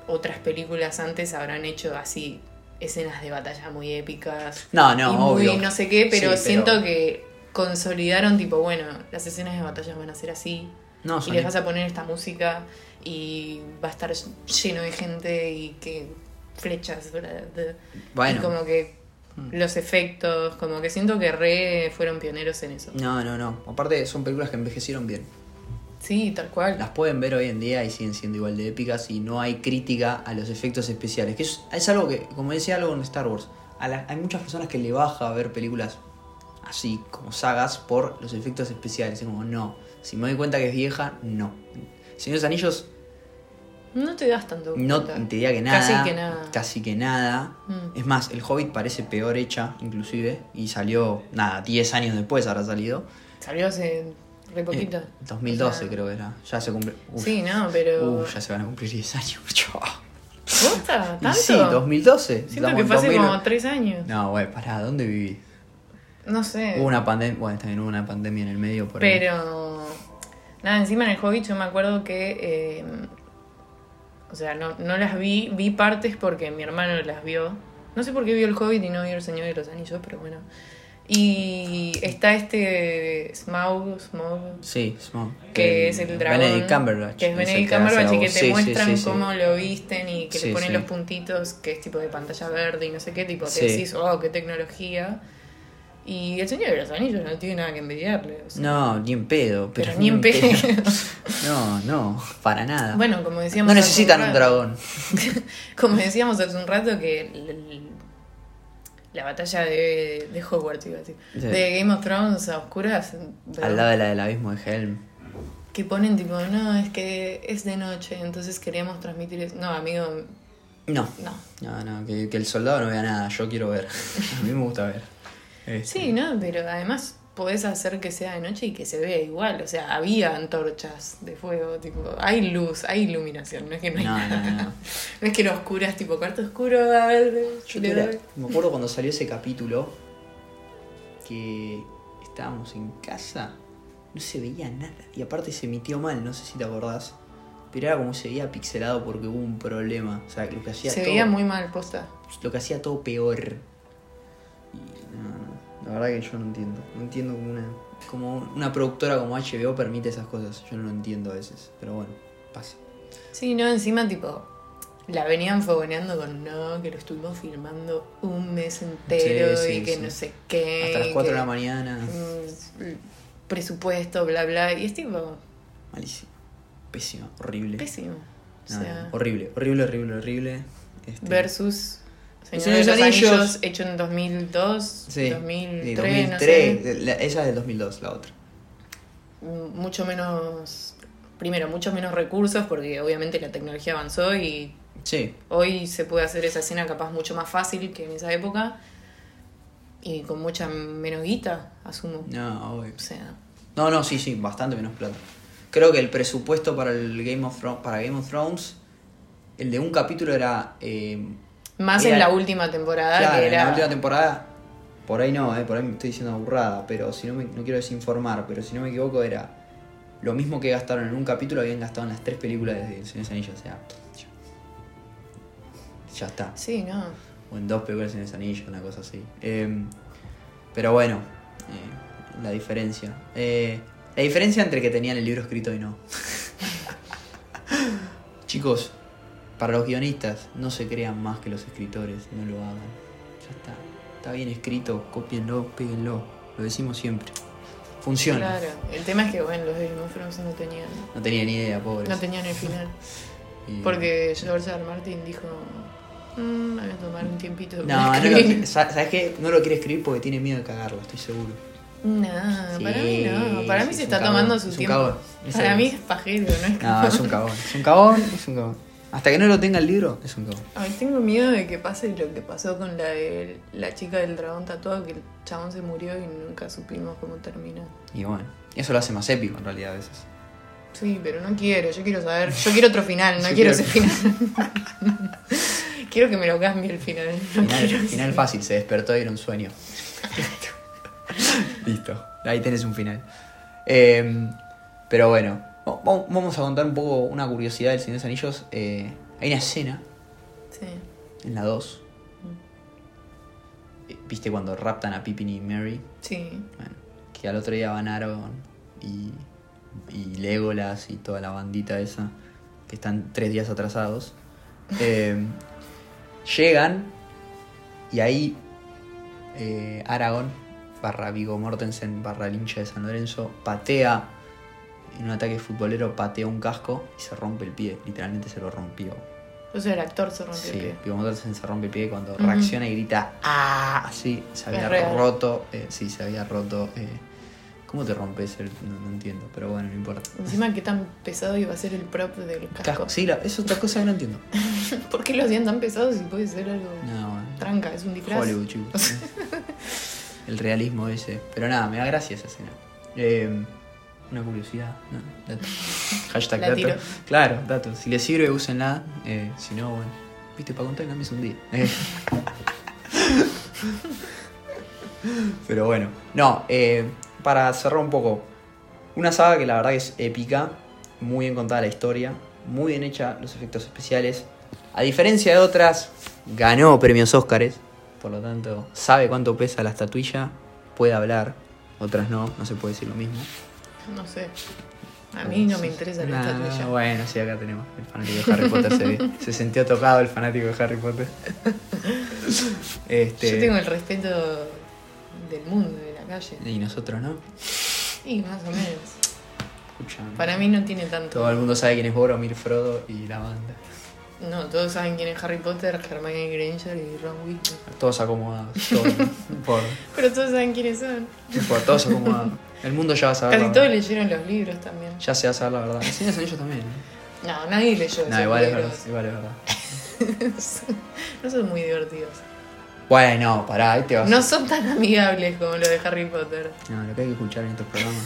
B: otras películas antes habrán hecho así escenas de batalla muy épicas.
A: No, no,
B: y muy
A: obvio.
B: no sé qué, pero
A: Sí,
B: siento que consolidaron tipo, bueno, las escenas de batalla van a ser así,
A: No,
B: y
A: son
B: les vas a poner esta música y va a estar lleno de gente y que flechas. bla, bla, bla.
A: Bueno. Mm.
B: Y como que los efectos, como que siento que re fueron pioneros en eso.
A: No, no, no. Aparte son películas que envejecieron bien.
B: Sí, tal cual.
A: Las pueden ver hoy en día y siguen siendo igual de épicas y no hay crítica a los efectos especiales. Que es, es algo que, como decía algo en Star Wars, a la- hay muchas personas que le baja a ver películas así, como sagas, por los efectos especiales. Es como, no. Si me doy cuenta que es vieja, no. Señores Anillos,
B: No te das tanto
A: no te
B: cuenta.
A: diría que nada.
B: Casi que nada.
A: Casi que nada.
B: Mm.
A: Es más, el Hobbit parece peor hecha, inclusive, y salió, nada, 10 años después habrá salido.
B: Salió hace re poquito.
A: Eh, 2012
B: O sea,
A: creo que era. Ya se cumple. Uf.
B: Sí, no, pero.
A: Uf, ya se van a cumplir 10 años.
B: ¿Posta?
A: Y
B: ¿Tanto?
A: sí, 2012.
B: Siento
A: Estamos
B: que
A: en
B: fue hace
A: 2000.
B: como tres años.
A: No, güey, pará, ¿dónde viví?
B: No, sé.
A: Hubo una pandemia, bueno, también hubo una pandemia en el medio por ahí.
B: Pero. Nada, encima en el Hobbit yo me acuerdo que. eh, o sea, no, no las vi. Vi partes porque mi hermano las vio. No sé por qué vio el Hobbit y no vio el Señor de los Anillos, pero bueno. Y está este Smaug, Smaug,
A: Sí, Smaug.
B: que es el dragón.
A: Benedict Cumberbatch.
B: Que es
A: el
B: Benedict
A: hace la
B: Cumberbatch y que
A: voz.
B: te
A: Sí, sí,
B: muestran
A: sí, sí.
B: cómo lo visten y que
A: Sí,
B: le ponen
A: sí.
B: los puntitos, que es tipo de pantalla verde y no sé qué, tipo, te
A: Sí.
B: decís, oh, qué tecnología. Y el Señor de los Anillos no tiene nada que envidiarle. o sea.
A: No, ni en pedo. Pero,
B: Pero ni en pedo.
A: no, no, para nada.
B: Bueno, como decíamos.
A: Ah. no
B: hace
A: necesitan un
B: rato-
A: dragón.
B: Como decíamos hace un rato que l- l- la batalla de, de Hogwarts, iba a decir,
A: Sí.
B: de Game of Thrones a oscuras, pero-
A: Al lado de la del abismo de Helm.
B: que ponen tipo, no, es que es de noche, entonces queríamos transmitir. eso". No, amigo,
A: No.
B: no.
A: No, no, que, que el soldado no vea nada, yo quiero ver. A mí me gusta ver. Este,
B: Sí, no, pero además podés hacer que sea de noche y que se vea igual. O sea, había antorchas de fuego, tipo, hay luz, hay iluminación, no es que no hay
A: No, no,
B: nada.
A: no.
B: No es que lo oscuras, tipo, cuarto oscuro, a ver,
A: Yo
B: le
A: tuve la-
B: doy.
A: me acuerdo cuando salió ese capítulo que estábamos en casa, no se veía nada. Y aparte se emitió mal, no sé si te acordás. Pero era como se veía pixelado porque hubo un problema. O sea, lo que hacía
B: Se
A: todo,
B: veía muy mal posta.
A: lo que hacía todo peor. Y no, no. La verdad que yo no entiendo. No entiendo como una, como una productora como HBO permite esas cosas. Yo no lo entiendo a veces. Pero bueno, pasa.
B: Sí, no, encima tipo, la venían fogoneando con no, que lo estuvimos filmando un mes entero
A: Sí, sí,
B: y que
A: sí.
B: no sé qué.
A: Hasta las
B: y
A: 4
B: Eh, que,
A: de la mañana.
B: mm, Presupuesto, bla, bla. Y es tipo,
A: Malísimo. Pésimo. Horrible.
B: pésimo. O
A: No, no,
B: sea,
A: horrible, horrible, horrible, horrible. Este,
B: versus
A: El
B: Señor
A: Señor
B: de los Anillos,
A: Anillos.
B: hecho en 2002,
A: sí,
B: 2003,
A: de
B: no
A: 2003,
B: sé.
A: de- la- esa es del 2002, la otra.
B: Mm, Mucho menos, primero, mucho menos recursos porque obviamente la tecnología avanzó y
A: Sí,
B: Hoy se puede hacer esa escena capaz mucho más fácil que en esa época y con mucha menos guita, asumo.
A: no, obvio.
B: O sea,
A: No, no, sí, sí, bastante menos plata. Creo que el presupuesto para el Game of Thrones, para Game of Thrones, el de un capítulo era eh,
B: más
A: Era-
B: en la última temporada
A: claro,
B: que
A: en la
B: era
A: última temporada. Por ahí no, eh, por ahí me estoy diciendo burrada, pero si no me, no quiero desinformar, pero si no me equivoco era lo mismo que gastaron en un capítulo habían gastado en las tres películas de El Señor de los Anillos, o sea, ya- ya está.
B: Sí, no.
A: o en dos películas en el anillo, una cosa así. Eh, pero bueno, eh, la diferencia. Eh, la diferencia entre que tenían el libro escrito y no. Chicos, para los guionistas, no se crean más que los escritores, no lo hagan. Ya está. Está bien escrito, copienlo, péguenlo. Lo decimos siempre. Funciona.
B: Claro, el tema es que bueno, los de Game of Thrones no tenían,
A: No tenía ni idea, pobre.
B: no tenían el final. Porque George R. R. Martin dijo, mmm, voy a tomar un tiempito.
A: No,
B: para
A: no lo,
B: escribir".
A: qui- sa- ¿sabes qué? No lo quiere escribir porque tiene miedo de cagarlo, estoy seguro.
B: No,
A: Sí,
B: Ah, para mí no. Para mí
A: sí,
B: se
A: es
B: está
A: un
B: tomando
A: cagón,
B: su
A: es un
B: tiempo.
A: cagón. Ese
B: Para
A: es.
B: mí es pajero, no es
A: No,
B: cagón.
A: es un cabón. Es un cabón, es un cabón. Hasta que no lo tenga el libro, es un cabón.
B: Ay, tengo miedo de que pase lo que pasó con la de la chica del dragón tatuado, que el chabón se murió y nunca supimos cómo terminó.
A: Y bueno, eso lo hace más épico en realidad a veces.
B: Sí, pero no quiero, yo quiero saber, yo quiero otro final, no
A: Yo quiero-
B: quiero ese final. quiero que me lo cambie el final. no quiero
A: Final,
B: ese-
A: final fácil, se despertó y era un sueño. Listo, ahí tenés un final. Eh, pero bueno, va- va- vamos a contar un poco una curiosidad del Señor de los Anillos. Eh, hay una escena
B: Sí.
A: en la 2.
B: Mm.
A: Eh, ¿Viste cuando raptan a Pippin y Mary?
B: Sí.
A: Bueno, que al otro día van Aragorn y, y Legolas y toda la bandita esa, que están tres días atrasados. Eh, llegan y ahí eh, Aragorn, barra Vigo Mortensen, barra el hincha de San Lorenzo, patea, en un ataque futbolero, patea un casco y se rompe el pie, literalmente se lo rompió.
B: O sea, el actor se rompió el
A: Sí,
B: pie.
A: Vigo Mortensen se rompe el pie cuando
B: Ujú.
A: reacciona y grita ¡Ah! Así, se había
B: Es real.
A: roto. eh, sí, se había roto. eh, ¿Cómo te rompes el.? No, no entiendo, pero bueno, no importa.
B: Encima, qué tan pesado iba a ser el prop del casco.
A: Casco. Sí, la- es otra cosa que no entiendo.
B: ¿Por qué lo hacían tan pesado si puede ser algo
A: No, bueno.
B: tranca? Es un disfraz.
A: Hollywood, chicos. el realismo ese. Pero nada, me da gracia esa escena. Eh, una curiosidad. ¿no? Dato. Hashtag
B: La
A: dato.
B: tiro.
A: Claro, dato. Si les sirve, úsenla. eh, si no, bueno. Viste, para contar cambies un día. Eh. Pero bueno. No, eh, para cerrar un poco. Una saga que la verdad que es épica. Muy bien contada la historia. Muy bien hecha los efectos especiales. A diferencia de otras, ganó premios Óscares. Por lo tanto, sabe cuánto pesa la estatuilla. Puede hablar. Otras no, no se puede decir lo mismo.
B: No sé. A mí no me interesa
A: Nah,
B: la estatuilla.
A: Bueno, sí, acá tenemos el fanático de Harry Potter. se, ve. se sintió tocado el fanático de Harry Potter. Este,
B: Yo tengo el respeto del mundo, de la calle.
A: Y nosotros no.
B: Y más o menos.
A: Escuchame.
B: Para mí no tiene tanto.
A: Todo el mundo sabe quién es Boromir, Frodo y la banda.
B: No, todos saben quién es Harry Potter, Hermione Granger y Ron Weasley.
A: Todos acomodados. Todos, no importa,
B: Pero todos saben quiénes son.
A: no importa, todos acomodados. El mundo ya va a saber.
B: Casi
A: la
B: todos
A: verdad.
B: leyeron los libros también.
A: Ya se va a saber la verdad. El Señor de los Anillos también. ¿eh?
B: No, nadie leyó esos
A: No, igual es verdad.
B: libros.
A: Igual es verdad.
B: no son muy divertidos.
A: Bueno, pará, ahí te vas.
B: No son tan amigables como los de Harry Potter.
A: No, lo que hay que escuchar en estos programas.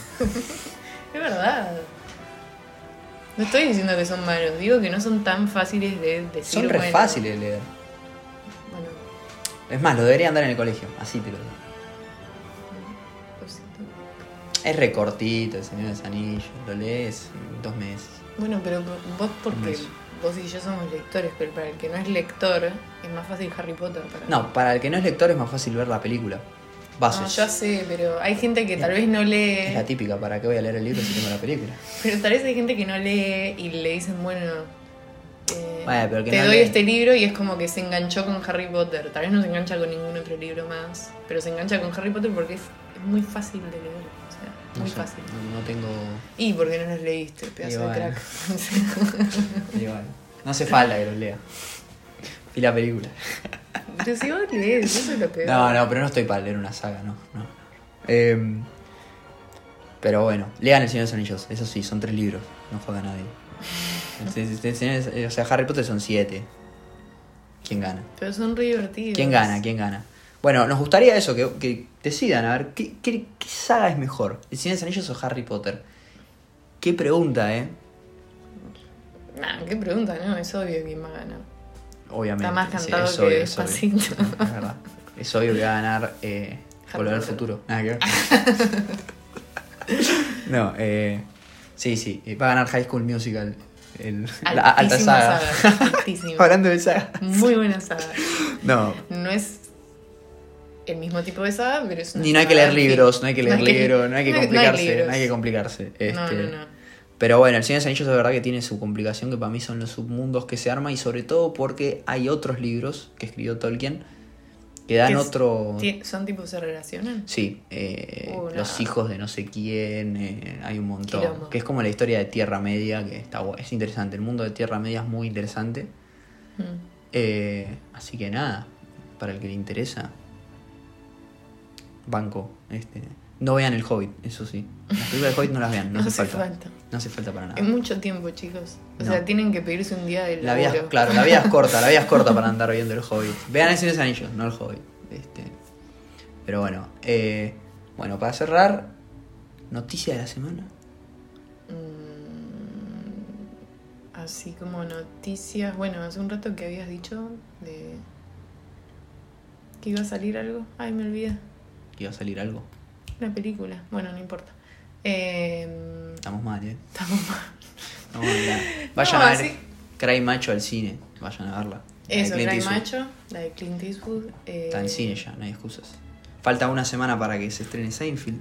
B: Es verdad. No estoy diciendo que son malos, digo que no son tan fáciles de decir.
A: Son re
B: bueno.
A: fáciles de leer.
B: Bueno,
A: Es más, lo debería andar en el colegio, así te lo digo.
B: cosito.
A: Es recortito, el Señor de los Anillos, lo lees en dos meses.
B: Bueno, pero vos porque
A: Eso.
B: vos y yo somos lectores, pero para el que no es lector es más fácil Harry Potter para
A: No, para el que no es lector es más fácil ver la película.
B: No,
A: Bases.
B: ya sé, pero hay gente que tal vez no
A: Es la
B: lee,
A: típica, ¿para qué voy a leer el libro si tengo la película?
B: pero tal vez hay gente que no lee y le dicen, bueno, eh,
A: Bueno, pero que
B: te
A: no
B: doy
A: lee.
B: este libro y es como que se enganchó con Harry Potter. Tal vez no se engancha con ningún otro libro más, pero se engancha con Harry Potter porque es, es muy fácil de leer, o sea,
A: No
B: muy
A: sé,
B: fácil.
A: No, no tengo.
B: Y porque no los leíste, pedazo
A: Y bueno.
B: de crack.
A: Igual. No hace falta que los lea. Y la película.
B: pero si vos lees, eso es lo peor.
A: No, no, pero no estoy para leer una saga, no. no. Em, pero bueno, lean El Señor de los Anillos, eso sí, son tres libros, no juega nadie. El se- el Señor de los- o sea, Harry Potter son siete. ¿Quién gana?
B: Pero son re divertidos.
A: ¿Quién gana? ¿Quién gana? Bueno, nos gustaría eso, que, que decidan, a ver, ¿qué, qué, qué saga es mejor? ¿El Señor de los Anillos o Harry Potter? Qué pregunta, ¿eh?
B: Nah, qué pregunta, ¿no? Es obvio quién va a ganar.
A: Obviamente.
B: Está más
A: sí,
B: cantado
A: es
B: que
A: obvio, es obvio.
B: Despacito.
A: Es verdad. Es obvio que va a ganar eh,
B: Harry
A: Volver al
B: Potter.
A: futuro. Nada que ver. no, eh, sí, sí. eh, Va a ganar High School Musical. El, la alta
B: Altísima
A: saga.
B: saga, altísima.
A: Hablando de saga.
B: Muy buena saga.
A: No.
B: No es el mismo tipo de saga, pero es una
A: Ni no hay que
B: saga
A: leer libros, no hay que leer
B: no hay que-
A: libros, no hay que
B: no hay- no hay
A: complicarse, no hay,
B: libros.
A: que complicarse.
B: No,
A: Este,
B: no, no.
A: Pero bueno, el Señor de los Anillos es verdad que tiene su complicación, que para mí son los submundos que se arma, y sobre todo porque hay otros libros que escribió Tolkien que dan
B: Que es-
A: otro.
B: Ti- ¿Son tipos se relacionan?
A: Sí, eh,
B: Uh, no.
A: los hijos de no sé quién, eh, hay un montón.
B: Quilombo.
A: Que es como la historia de Tierra Media, que está bu- es interesante. El mundo de Tierra Media es muy interesante.
B: Mm.
A: Eh, así que nada, para el que le interesa, banco. Este. No vean el Hobbit, eso sí. Las películas del Hobbit no las vean, no,
B: No
A: hace
B: hace
A: falta.
B: falta.
A: No hace falta para nada.
B: Es mucho tiempo, chicos. O
A: No.
B: sea, tienen que pedirse un día del
A: La vida, es-
B: laburo.
A: claro, la vida es corta, la vida es corta para andar viendo el Hobbit. Vean el Señor de los Anillos, no el Hobbit. Este. Pero bueno, eh, bueno, para cerrar, noticia de la semana.
B: Mm, Así como noticias. Bueno, hace un rato que habías dicho de. que iba a salir algo. Ay, me olvidé.
A: Que iba a salir algo.
B: Una película. Bueno, no importa. Eh,
A: Estamos mal, eh.
B: estamos mal.
A: Estamos mal, ya. Vayan
B: No,
A: a ver
B: sí.
A: Cry Macho al cine. Vayan a verla. La de
B: Eso,
A: Clint
B: Cry
A: Eastwood.
B: Macho, la de Clint Eastwood. eh,
A: Está en cine ya, no hay excusas. Falta una semana para que se estrene Seinfeld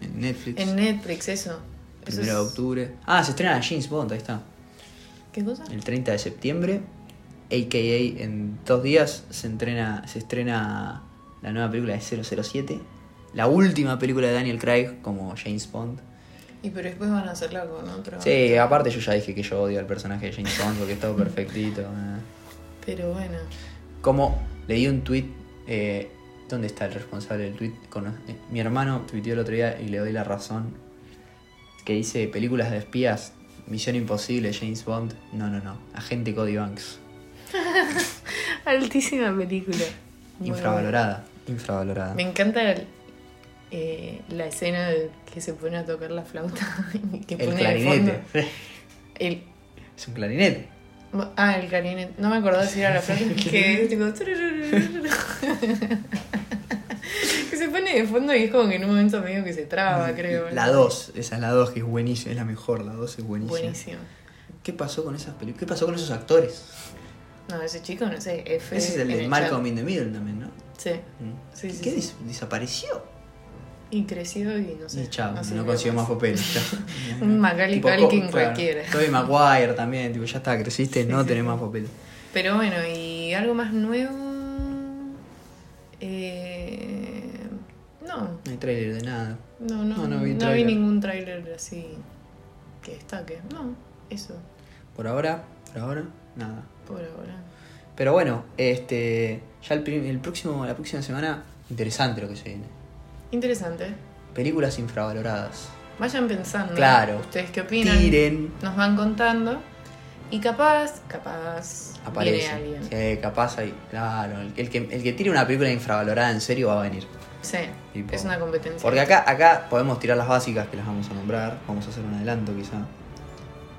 A: en Netflix.
B: En Netflix, eso. Eso
A: primero de
B: es-
A: octubre. Ah, se estrena James Bond, ahí está.
B: ¿Qué cosa?
A: El 30 de septiembre. AKA en dos días se, entrena, se estrena la nueva película de 007. La última película de Daniel Craig como James Bond.
B: Y pero después van a hacerla con otro.
A: Sí, ah. aparte yo ya dije que yo odio al personaje de James Bond porque es todo perfectito. eh.
B: Pero bueno.
A: Como leí un tweet, eh, ¿dónde está el responsable del tweet? Cono- eh, mi hermano tuiteó el otro día y le doy la razón. Que dice: películas de espías, Misión Imposible, James Bond. No, no, no. Agente Cody Banks.
B: Altísima película. Muy
A: infravalorada. Infravalorada.
B: Me encanta el- eh, la escena de que se pone a tocar la flauta. y que
A: El
B: pone de
A: clarinete.
B: fondo el-
A: es un clarinete.
B: ah, el clarinete. No me acordaba si era la flauta. que es tipo... que se pone de fondo y es como que en un momento medio que se traba, Ah, creo.
A: Mm, La 2, esa es la 2 que es buenísima, es la mejor, la 2 es buenísima.
B: Buenísimo.
A: ¿Qué pasó con esas películas? ¿Qué pasó con esos actores?
B: No, ese chico, no sé,
A: Ese
B: F.
A: es el
B: en
A: de
B: chat.
A: Malcolm in the Middle también, ¿no?
B: Sí.
A: Mm.
B: Sí, sí,
A: ¿Qué
B: sí.
A: dis- desapareció?
B: Y crecido y no sé.
A: Y chao, no,
B: sirvió
A: consiguió más papeles.
B: Un Macaulay Culkin cualquiera.
A: cualquiera. Toby Maguire también, tipo, ya está, creciste, no tenés más papeles.
B: Pero bueno, y algo más nuevo. Eh, no,
A: No hay trailer de nada.
B: no, no,
A: No,
B: no,
A: no vi
B: vi,
A: tráiler.
B: ningún tráiler así que destaque. No, eso,
A: Por ahora, por ahora, nada.
B: por ahora.
A: Pero bueno, este. Ya el, prim- el próximo, la próxima semana, interesante lo que se viene.
B: Interesante.
A: Películas infravaloradas.
B: Vayan pensando.
A: Claro.
B: ¿Ustedes qué opinan?
A: Tiren.
B: Nos van contando. Y capaz, capaz,
A: Aparece.
B: viene alguien.
A: Sí, capaz ahí. Claro, el, el que, el que tire una película infravalorada en serio va a venir.
B: Sí,
A: Tipo,
B: es una competencia.
A: Porque acá, acá podemos tirar las básicas que las vamos a nombrar, vamos a hacer un adelanto quizá.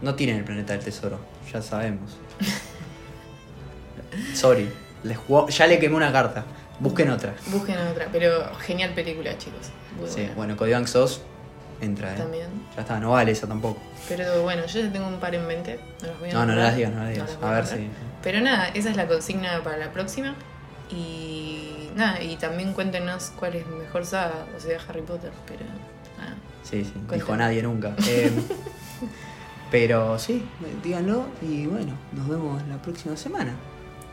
A: No tienen el planeta del tesoro, ya sabemos. Sorry, les jugó- ya le quemé una carta, busquen otra.
B: Busquen otra, pero genial película, chicos. Muy
A: Sí,
B: buena.
A: bueno, Cody Bank sos, entra, eh.
B: También.
A: Ya está, no vale esa tampoco.
B: Pero bueno, yo ya tengo un par en mente. No, los voy a
A: No, no
B: nombrar.
A: las digas, no las digas.
B: las voy
A: A ver
B: nombrar.
A: si.
B: Pero nada, esa es la consigna para la próxima. Y nada, y también cuéntenos cuál es mejor saga, o sea, Harry Potter. Pero nada,
A: Sí, sí, dijo
B: Cuéntame.
A: nadie nunca. Eh, pero sí, díganlo y bueno, nos vemos la próxima semana.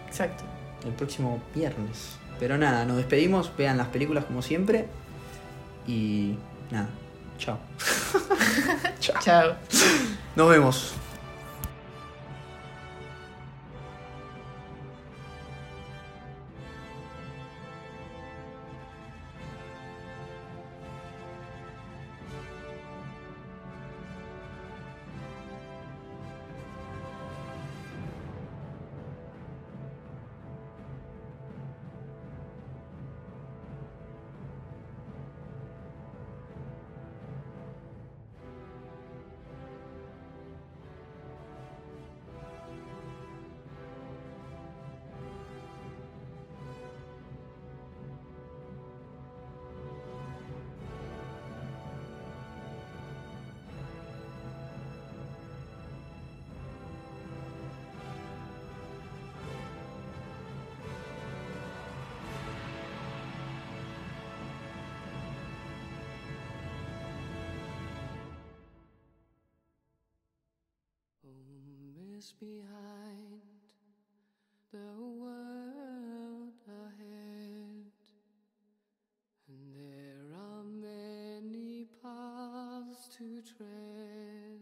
B: exacto.
A: el próximo viernes. Pero nada, nos despedimos, vean las películas como siempre. Y nada, chao.
B: Chao.
A: Nos vemos.
C: is behind, the world ahead. And there are many paths to tread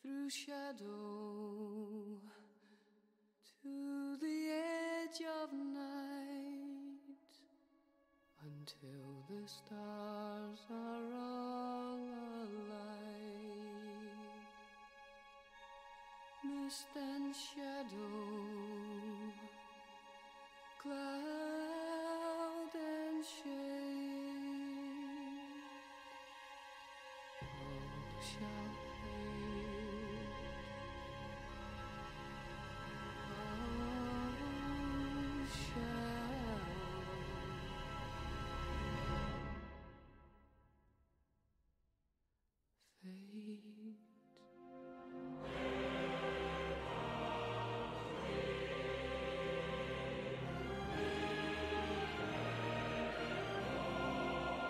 C: through shadow to the edge of night until the stars are all alight. Mist and shadow, cloud and shade. All shine